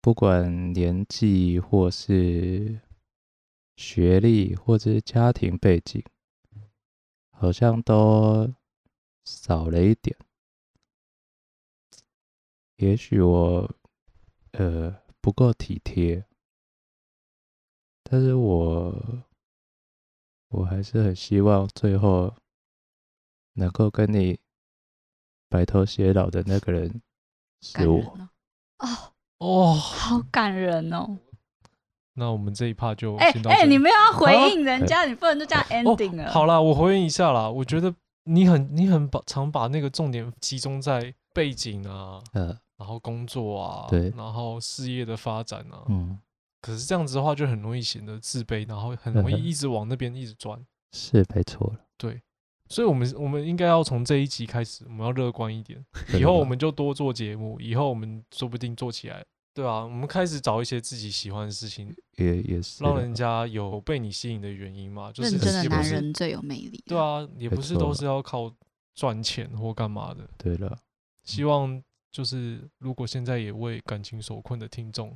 [SPEAKER 3] 不管年纪或是学历，或者是家庭背景，好像都少了一点。也许我呃不够体贴，但是我我还是很希望最后能够跟你白头偕老的那个人
[SPEAKER 2] 感
[SPEAKER 3] 是
[SPEAKER 2] 人
[SPEAKER 3] 我。
[SPEAKER 2] 哦，哦，
[SPEAKER 1] 哦，
[SPEAKER 2] 好感人哦。
[SPEAKER 1] 那我们这一趴就
[SPEAKER 2] 哎
[SPEAKER 1] 先到
[SPEAKER 2] 哎，
[SPEAKER 1] 这
[SPEAKER 2] 你
[SPEAKER 1] 里
[SPEAKER 2] 没有要回应人家，你不能就这样 ending
[SPEAKER 1] 哦
[SPEAKER 2] 了。
[SPEAKER 1] 好啦，我回应一下啦，我觉得你很你很把常把那个重点集中在背景啊，
[SPEAKER 3] 呃，
[SPEAKER 1] 然后工作啊，
[SPEAKER 3] 对
[SPEAKER 1] 然后事业的发展啊。
[SPEAKER 3] 嗯，
[SPEAKER 1] 可是这样子的话，就很容易显得自卑，然后很容易
[SPEAKER 3] 嗯哼
[SPEAKER 1] 一直往那边一直钻。
[SPEAKER 3] 是没错了。
[SPEAKER 1] 所以，我们我们应该要从这一集开始，我们要乐观一点。
[SPEAKER 3] 真
[SPEAKER 1] 以
[SPEAKER 3] 的
[SPEAKER 1] 后
[SPEAKER 3] 吗
[SPEAKER 1] 我们就多做节目，以后我们说不定做起来，对啊，我们开始找一些自己喜欢的事情，
[SPEAKER 3] 也也是
[SPEAKER 1] 让
[SPEAKER 3] 啦
[SPEAKER 1] 人家有被你吸引的原因嘛。就是
[SPEAKER 2] 认真的
[SPEAKER 1] 也不
[SPEAKER 2] 男
[SPEAKER 1] 是
[SPEAKER 2] 人最有魅力。
[SPEAKER 1] 对，啊，也
[SPEAKER 3] 没
[SPEAKER 1] 不是
[SPEAKER 3] 错
[SPEAKER 1] 都
[SPEAKER 3] 啦
[SPEAKER 1] 是要靠赚钱或干嘛的。
[SPEAKER 3] 对了，
[SPEAKER 1] 希望就是如果现在也为感情所困的听众，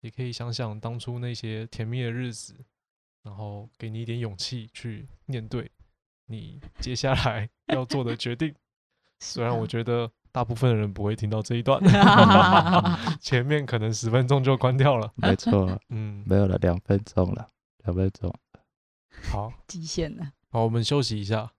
[SPEAKER 1] 也可以想想当初那些甜蜜的日子，然后给你一点勇气去面对你接下来要做的决定。虽然我觉得大部分的人不会听到这一段， 前面可能十分钟就关掉了。
[SPEAKER 3] 没错啊，
[SPEAKER 1] 嗯，
[SPEAKER 3] 没有了，两分钟了，两分钟。
[SPEAKER 1] 好，
[SPEAKER 2] 极限了。
[SPEAKER 1] 好，我们休息一下。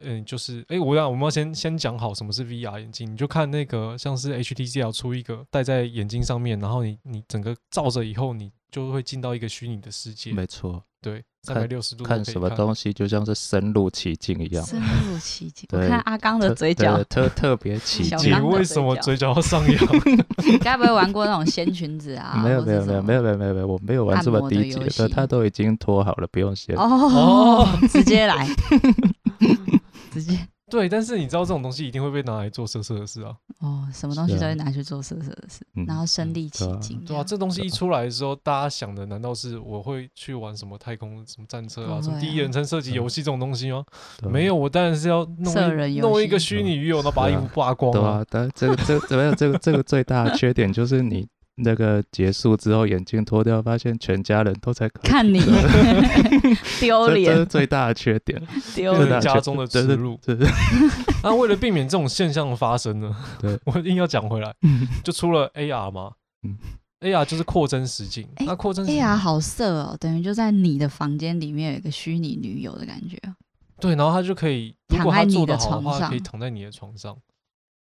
[SPEAKER 1] 嗯，就是，哎、我要我们要先先讲好什么是 VR 眼镜，你就看那个像是 HTC 要出一个戴在眼睛上面，然后你你整个照着以后，你就会进到一个虚拟的世界，
[SPEAKER 3] 没错，
[SPEAKER 1] 对，三
[SPEAKER 3] 看
[SPEAKER 1] 百六十度都
[SPEAKER 3] 看
[SPEAKER 1] 可以
[SPEAKER 3] 什么
[SPEAKER 1] 看
[SPEAKER 3] 东西就像是深入其境一样，
[SPEAKER 2] 深入其境，我
[SPEAKER 3] 对
[SPEAKER 2] 看阿刚
[SPEAKER 3] 特
[SPEAKER 2] 的嘴角
[SPEAKER 3] 对，特特别起
[SPEAKER 2] 小
[SPEAKER 1] 你
[SPEAKER 3] 劲
[SPEAKER 2] 刚。的
[SPEAKER 1] 为
[SPEAKER 2] 嘴
[SPEAKER 1] 什么
[SPEAKER 2] 角
[SPEAKER 1] 嘴角要上 扬？
[SPEAKER 2] 你该不会玩过那种仙裙子啊？
[SPEAKER 3] 没有
[SPEAKER 2] 或
[SPEAKER 3] 没
[SPEAKER 2] 是
[SPEAKER 3] 有
[SPEAKER 2] 什
[SPEAKER 3] 没有没有没
[SPEAKER 2] 么
[SPEAKER 3] 有没有没有，我没有玩
[SPEAKER 2] 按
[SPEAKER 3] 这么
[SPEAKER 2] 摩的
[SPEAKER 3] 低级
[SPEAKER 2] 游
[SPEAKER 3] 的，
[SPEAKER 2] 戏
[SPEAKER 3] 他都已经脱好了，不用先。
[SPEAKER 2] 哦
[SPEAKER 1] 哦，
[SPEAKER 2] 直接来，直接
[SPEAKER 1] 对，但是你知道这种东西一定会被拿来做色色的事啊，
[SPEAKER 2] 哦，什么东西
[SPEAKER 3] 是啊
[SPEAKER 2] 都会拿去做色色的事，
[SPEAKER 3] 嗯
[SPEAKER 2] 然后身
[SPEAKER 1] 嗯
[SPEAKER 2] 临其
[SPEAKER 3] 对啊
[SPEAKER 2] 境。
[SPEAKER 1] 对啊，这东西一
[SPEAKER 3] 对啊
[SPEAKER 1] 出来的时候，大家想的难道是我会去玩什么太空什么战车啊，
[SPEAKER 2] 不
[SPEAKER 1] 什么
[SPEAKER 2] 会
[SPEAKER 1] 第一
[SPEAKER 2] 啊
[SPEAKER 1] 人称射击游
[SPEAKER 3] 嗯
[SPEAKER 1] 戏这种东西吗？
[SPEAKER 3] 对啊
[SPEAKER 1] 没有，，我当然是要弄
[SPEAKER 2] 色
[SPEAKER 1] 一
[SPEAKER 2] 人游
[SPEAKER 1] 弄一
[SPEAKER 2] 戏
[SPEAKER 1] 个虚拟鱼友，然后把
[SPEAKER 3] 是
[SPEAKER 1] 衣
[SPEAKER 3] 啊
[SPEAKER 1] 服扒光
[SPEAKER 3] 对
[SPEAKER 1] 啊。
[SPEAKER 3] 啊，但这个这个没有这个这个最大的缺点就是你那个结束之后眼镜脱掉，发现全家人都在看，
[SPEAKER 2] 看你
[SPEAKER 3] 这这
[SPEAKER 2] 丢
[SPEAKER 3] 是
[SPEAKER 2] 脸，
[SPEAKER 3] 最大的缺点，
[SPEAKER 2] 丢
[SPEAKER 1] 这
[SPEAKER 3] 最
[SPEAKER 1] 是
[SPEAKER 3] 大
[SPEAKER 2] 脸，
[SPEAKER 1] 家
[SPEAKER 3] 缺
[SPEAKER 1] 中的
[SPEAKER 3] 这
[SPEAKER 1] 耻
[SPEAKER 3] 是
[SPEAKER 1] 辱
[SPEAKER 3] 这是
[SPEAKER 1] 那为了避免这种现象的发生呢，
[SPEAKER 3] 对
[SPEAKER 1] 我硬要讲回 来，就出了 AR 嘛
[SPEAKER 3] 嗯
[SPEAKER 1] ，AR 就是扩增实境。
[SPEAKER 2] 哎
[SPEAKER 1] 那扩增实
[SPEAKER 2] 哎呀，好色哦，等于就在你的房间里面有一个虚拟女友的感觉。
[SPEAKER 1] 对，然后它就可以，如
[SPEAKER 2] 躺
[SPEAKER 1] 果它
[SPEAKER 2] 在你
[SPEAKER 1] 做
[SPEAKER 2] 的
[SPEAKER 1] 得好的
[SPEAKER 2] 床
[SPEAKER 1] 话，可以
[SPEAKER 2] 上
[SPEAKER 1] 躺在你的床上。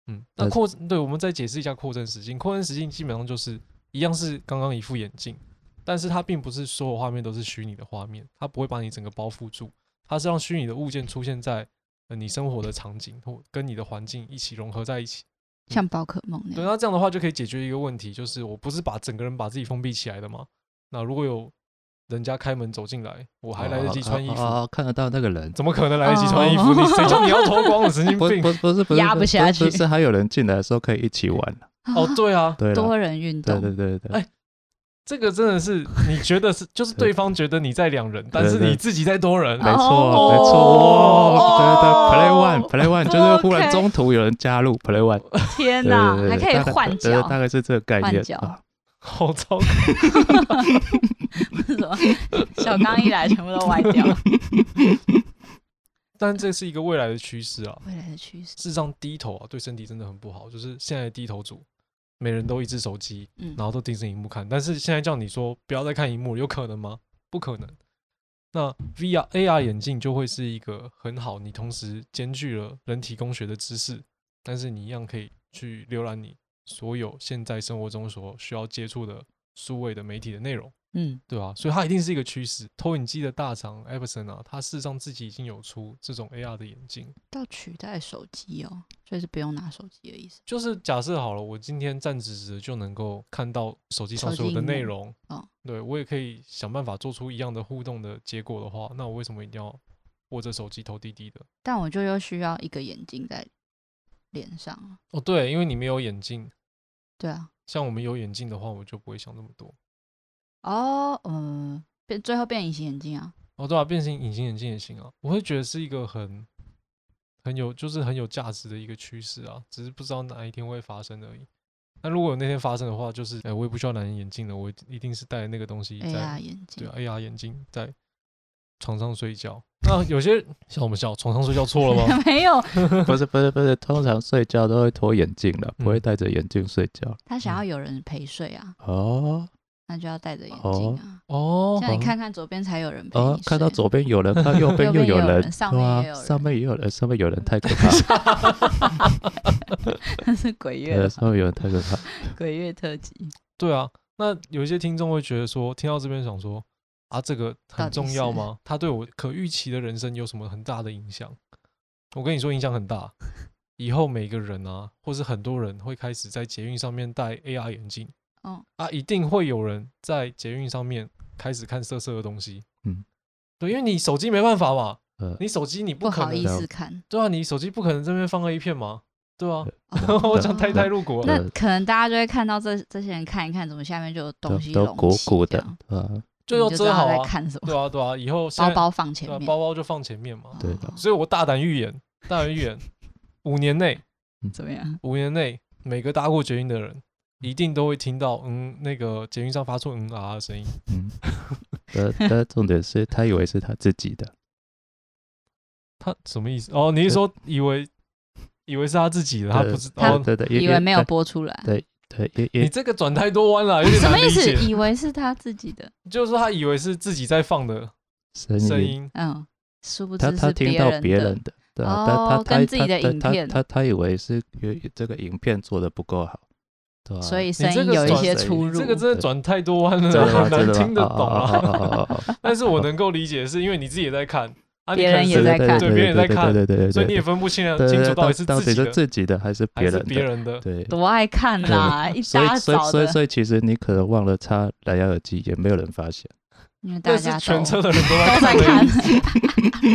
[SPEAKER 1] 嗯，那
[SPEAKER 3] 但是
[SPEAKER 1] 扩对，我们再解释一下扩增实境。扩增实境基本上就是一样是刚刚一副眼镜，但是它并不是所有画面都是虚拟的画面，它不会把你整个包覆住，它是让虚拟的物件出现在、呃、你生活的场景或跟你的环境一起融合在一起。
[SPEAKER 2] 像宝可梦那
[SPEAKER 1] 对，
[SPEAKER 2] 样，
[SPEAKER 1] 那这样的话就可以解决一个问题，就是我不是把整个人把自己封闭起来的嘛？那如果有人家开门走进来，我还来得及穿衣服，
[SPEAKER 3] 哦哦哦哦看得到那个人。
[SPEAKER 1] 怎么可能来得及穿衣服？你谁叫你要脱光了？神经
[SPEAKER 3] 不
[SPEAKER 1] 病！
[SPEAKER 3] 不不是不是
[SPEAKER 2] 压不
[SPEAKER 3] 是
[SPEAKER 2] 下
[SPEAKER 3] 是
[SPEAKER 2] 去
[SPEAKER 3] 是还有人进来的时候可以一起玩，
[SPEAKER 1] 哦，对啊，
[SPEAKER 3] 对啦
[SPEAKER 2] 多人运
[SPEAKER 3] 对对
[SPEAKER 2] 动，
[SPEAKER 3] 对对，
[SPEAKER 1] 哎这个真的是你觉得是，就是对方觉得你在两人，但是你自己在多人。
[SPEAKER 3] 没
[SPEAKER 2] 哦
[SPEAKER 3] 错没错，
[SPEAKER 2] 哦
[SPEAKER 3] 哦对对，Play One Play One 就是忽然中途有人加入 Play One，
[SPEAKER 2] 天
[SPEAKER 3] 对
[SPEAKER 2] 哪，
[SPEAKER 3] 对对
[SPEAKER 2] 还可以
[SPEAKER 3] 大概
[SPEAKER 2] 换
[SPEAKER 3] 对
[SPEAKER 2] 脚
[SPEAKER 3] 大概是这个概
[SPEAKER 2] 换
[SPEAKER 3] 念
[SPEAKER 2] 脚
[SPEAKER 3] 啊。
[SPEAKER 1] 好糟糕，
[SPEAKER 2] 是什么？小刚一来，全部都歪掉。
[SPEAKER 1] 但这是一个未来的趋势啊。
[SPEAKER 2] 未来的趋势，
[SPEAKER 1] 事实上，低头啊对身体真的很不好，就是现在的低头族，每人都一只手机，
[SPEAKER 2] 嗯，
[SPEAKER 1] 然后都盯着荧幕看。但是现在叫你说不要再看荧幕，有可能吗？不可能。那 VR、AR 眼镜就会是一个很好，你同时兼具了人体工学的知识，但是你一样可以去浏览你所有现在生活中所需要接触的数位的媒体的内容，
[SPEAKER 2] 嗯，
[SPEAKER 1] 对吧、所以它一定是一个趋势。投影机的大厂 Epson 啊，它事实上自己已经有出这种 AR 的眼镜。
[SPEAKER 2] 到取代手机哦，所以是不用拿手机的意思。
[SPEAKER 1] 就是假设好了，我今天站直直的就能够看到手机上
[SPEAKER 2] 手
[SPEAKER 1] 所有
[SPEAKER 2] 机
[SPEAKER 1] 的
[SPEAKER 2] 荧幕
[SPEAKER 1] 内容，
[SPEAKER 2] 哦
[SPEAKER 1] 对我也可以想办法做出一样的互动的结果的话，那我为什么一定要握着手机头低低的？
[SPEAKER 2] 但我就又需要一个眼镜在脸上啊。
[SPEAKER 1] 哦，对，因为你没有眼镜，
[SPEAKER 2] 对啊，
[SPEAKER 1] 像我们有眼镜的话，我就不会想那么多。
[SPEAKER 2] 哦，嗯、变最后变隐形眼镜啊。
[SPEAKER 1] 哦，对啊，变形隐形眼镜也行啊，我会觉得是一个很很有就是很有价值的一个趋势啊，只是不知道哪一天会发生而已。那如果有那天发生的话，就是哎、我也不需要蓝眼镜了，我一定是戴那个东西在
[SPEAKER 2] AR 眼
[SPEAKER 1] 对
[SPEAKER 2] 镜
[SPEAKER 1] 啊，，AR 眼镜在床上睡觉。那有些笑我们笑，床上睡觉错了 吗？
[SPEAKER 2] 没有，
[SPEAKER 3] 不是不是不是，通常睡觉都会脱眼镜了，不会
[SPEAKER 1] 嗯
[SPEAKER 3] 戴着眼镜睡觉。
[SPEAKER 2] 他想要
[SPEAKER 1] 嗯
[SPEAKER 2] 有人陪睡啊，
[SPEAKER 3] 哦
[SPEAKER 2] 那就要戴着眼
[SPEAKER 3] 哦
[SPEAKER 2] 镜啊。
[SPEAKER 1] 哦
[SPEAKER 2] 这，样你看看左边才有人陪你
[SPEAKER 3] 哦
[SPEAKER 2] 睡，，
[SPEAKER 3] 看到左边有人，看到右边又
[SPEAKER 2] 右边也有
[SPEAKER 3] 人，
[SPEAKER 2] 人上
[SPEAKER 3] 对
[SPEAKER 2] 面
[SPEAKER 3] 啊
[SPEAKER 2] 也有人
[SPEAKER 3] 上面也有人，上面有人太可怕了，
[SPEAKER 2] 那 是鬼月
[SPEAKER 3] 呃
[SPEAKER 2] 吧，
[SPEAKER 3] 上面有人太可怕。
[SPEAKER 2] 鬼月特辑，
[SPEAKER 1] 对啊。那有一些听众会觉得说，听到这边想说啊，这个
[SPEAKER 2] 到
[SPEAKER 1] 很
[SPEAKER 2] 底
[SPEAKER 1] 重要
[SPEAKER 2] 是
[SPEAKER 1] 吗？它对我可预期的人生有什么很大的影响？我跟你说，影响很大。以后每个人啊，或是很多人会开始在捷运上面戴 AR 眼镜。
[SPEAKER 2] 嗯
[SPEAKER 1] 啊，一定会有人在捷运上面开始看色色的东西。
[SPEAKER 3] 嗯，
[SPEAKER 1] 对，因为你手机没办法嘛，
[SPEAKER 3] 呃，
[SPEAKER 1] 你手机你不
[SPEAKER 2] 不
[SPEAKER 1] 可
[SPEAKER 2] 好
[SPEAKER 1] 能
[SPEAKER 2] 意思看。
[SPEAKER 1] 对啊，你手机不可能这边放个一片嘛，对啊。
[SPEAKER 2] 哦
[SPEAKER 1] 我讲太太入股了，
[SPEAKER 2] 那
[SPEAKER 3] 呃
[SPEAKER 2] 可能大家就会看到这这些人看一看，怎么下面就有东西
[SPEAKER 3] 都都
[SPEAKER 2] 隆
[SPEAKER 3] 鼓
[SPEAKER 2] 起
[SPEAKER 3] 鼓
[SPEAKER 2] 这
[SPEAKER 3] 的
[SPEAKER 2] 样，
[SPEAKER 3] 啊，
[SPEAKER 1] 就要
[SPEAKER 2] 你知
[SPEAKER 1] 遮
[SPEAKER 2] 道
[SPEAKER 1] 好
[SPEAKER 2] 他在
[SPEAKER 1] 啊，
[SPEAKER 2] 看什么，
[SPEAKER 1] 对啊对啊，以后现
[SPEAKER 2] 包
[SPEAKER 1] 在
[SPEAKER 2] 包放前
[SPEAKER 1] 对啊
[SPEAKER 2] 面，
[SPEAKER 1] 包包就放前面嘛。
[SPEAKER 3] 对的
[SPEAKER 2] 哦
[SPEAKER 1] 所以我大胆预言，大胆预言，五年内，
[SPEAKER 2] 怎么样？
[SPEAKER 1] 五年内，每个搭过捷运的人一定都会听到嗯那个捷运上发出嗯啊啊的声音。
[SPEAKER 3] 嗯，呃，但重点是他以为是他自己的，
[SPEAKER 1] 他什么意思？哦，你是说以为以为是他自己的，他
[SPEAKER 3] 对
[SPEAKER 1] 不知
[SPEAKER 2] 他
[SPEAKER 1] 道？
[SPEAKER 3] 对对，
[SPEAKER 2] 以为没有播 出来，
[SPEAKER 3] 对，对，也
[SPEAKER 1] 你
[SPEAKER 3] 也
[SPEAKER 1] 这个转太多弯了，有点
[SPEAKER 2] 什么
[SPEAKER 1] 难
[SPEAKER 2] 意
[SPEAKER 1] 理
[SPEAKER 2] 思？
[SPEAKER 1] 解。
[SPEAKER 2] 以为是他自己的，
[SPEAKER 1] 就是说他以为是自己在放的
[SPEAKER 3] 声
[SPEAKER 1] 声
[SPEAKER 3] 音，
[SPEAKER 1] 音，
[SPEAKER 2] 嗯，殊不知
[SPEAKER 3] 他
[SPEAKER 2] 是
[SPEAKER 3] 他听到别
[SPEAKER 2] 的
[SPEAKER 3] 人的，对啊，但
[SPEAKER 2] 哦
[SPEAKER 3] 他他
[SPEAKER 2] 跟自己的
[SPEAKER 3] 他
[SPEAKER 2] 影
[SPEAKER 3] 他
[SPEAKER 2] 片
[SPEAKER 3] 他他以为是有这个影片做的不够好，对啊，
[SPEAKER 2] 所以
[SPEAKER 1] 这
[SPEAKER 2] 声音
[SPEAKER 1] 个
[SPEAKER 2] 有一
[SPEAKER 1] 转
[SPEAKER 2] 些
[SPEAKER 3] 谁
[SPEAKER 2] 出
[SPEAKER 1] 你
[SPEAKER 2] 入。
[SPEAKER 1] 这个真的转太多弯
[SPEAKER 3] 真的
[SPEAKER 1] 了，
[SPEAKER 3] 吗
[SPEAKER 1] 很难
[SPEAKER 3] 真的吗
[SPEAKER 1] 听得
[SPEAKER 3] 哦
[SPEAKER 1] 懂
[SPEAKER 3] 哦哦哦
[SPEAKER 1] 啊。
[SPEAKER 3] 哦哦哦
[SPEAKER 1] 但是我能够理解，是因为你自己也在看，啊，你
[SPEAKER 2] 别人
[SPEAKER 1] 可能
[SPEAKER 2] 也
[SPEAKER 1] 是
[SPEAKER 2] 在看
[SPEAKER 1] 对别人也在看
[SPEAKER 3] 对对对对对对对对，
[SPEAKER 1] 所以你也分不清
[SPEAKER 3] 对对
[SPEAKER 1] 清楚
[SPEAKER 3] 对
[SPEAKER 1] 到底是
[SPEAKER 3] 到
[SPEAKER 1] 自己
[SPEAKER 3] 是
[SPEAKER 1] 的
[SPEAKER 3] 自己的还是别
[SPEAKER 1] 还
[SPEAKER 3] 人
[SPEAKER 1] 是
[SPEAKER 3] 的，
[SPEAKER 1] 别人的。
[SPEAKER 3] 对。
[SPEAKER 2] 多爱看 啦，一
[SPEAKER 3] 所
[SPEAKER 2] 大
[SPEAKER 3] 以，所以，
[SPEAKER 2] 早
[SPEAKER 3] 所以，
[SPEAKER 2] 的，
[SPEAKER 3] 所以，其实你可能忘了插蓝牙耳机，也没有人发现。
[SPEAKER 2] 因为大
[SPEAKER 1] 但
[SPEAKER 2] 家
[SPEAKER 1] 是
[SPEAKER 2] 都
[SPEAKER 1] 全车的人都
[SPEAKER 2] 都
[SPEAKER 1] 在
[SPEAKER 2] 在
[SPEAKER 1] 看这个，
[SPEAKER 2] 看，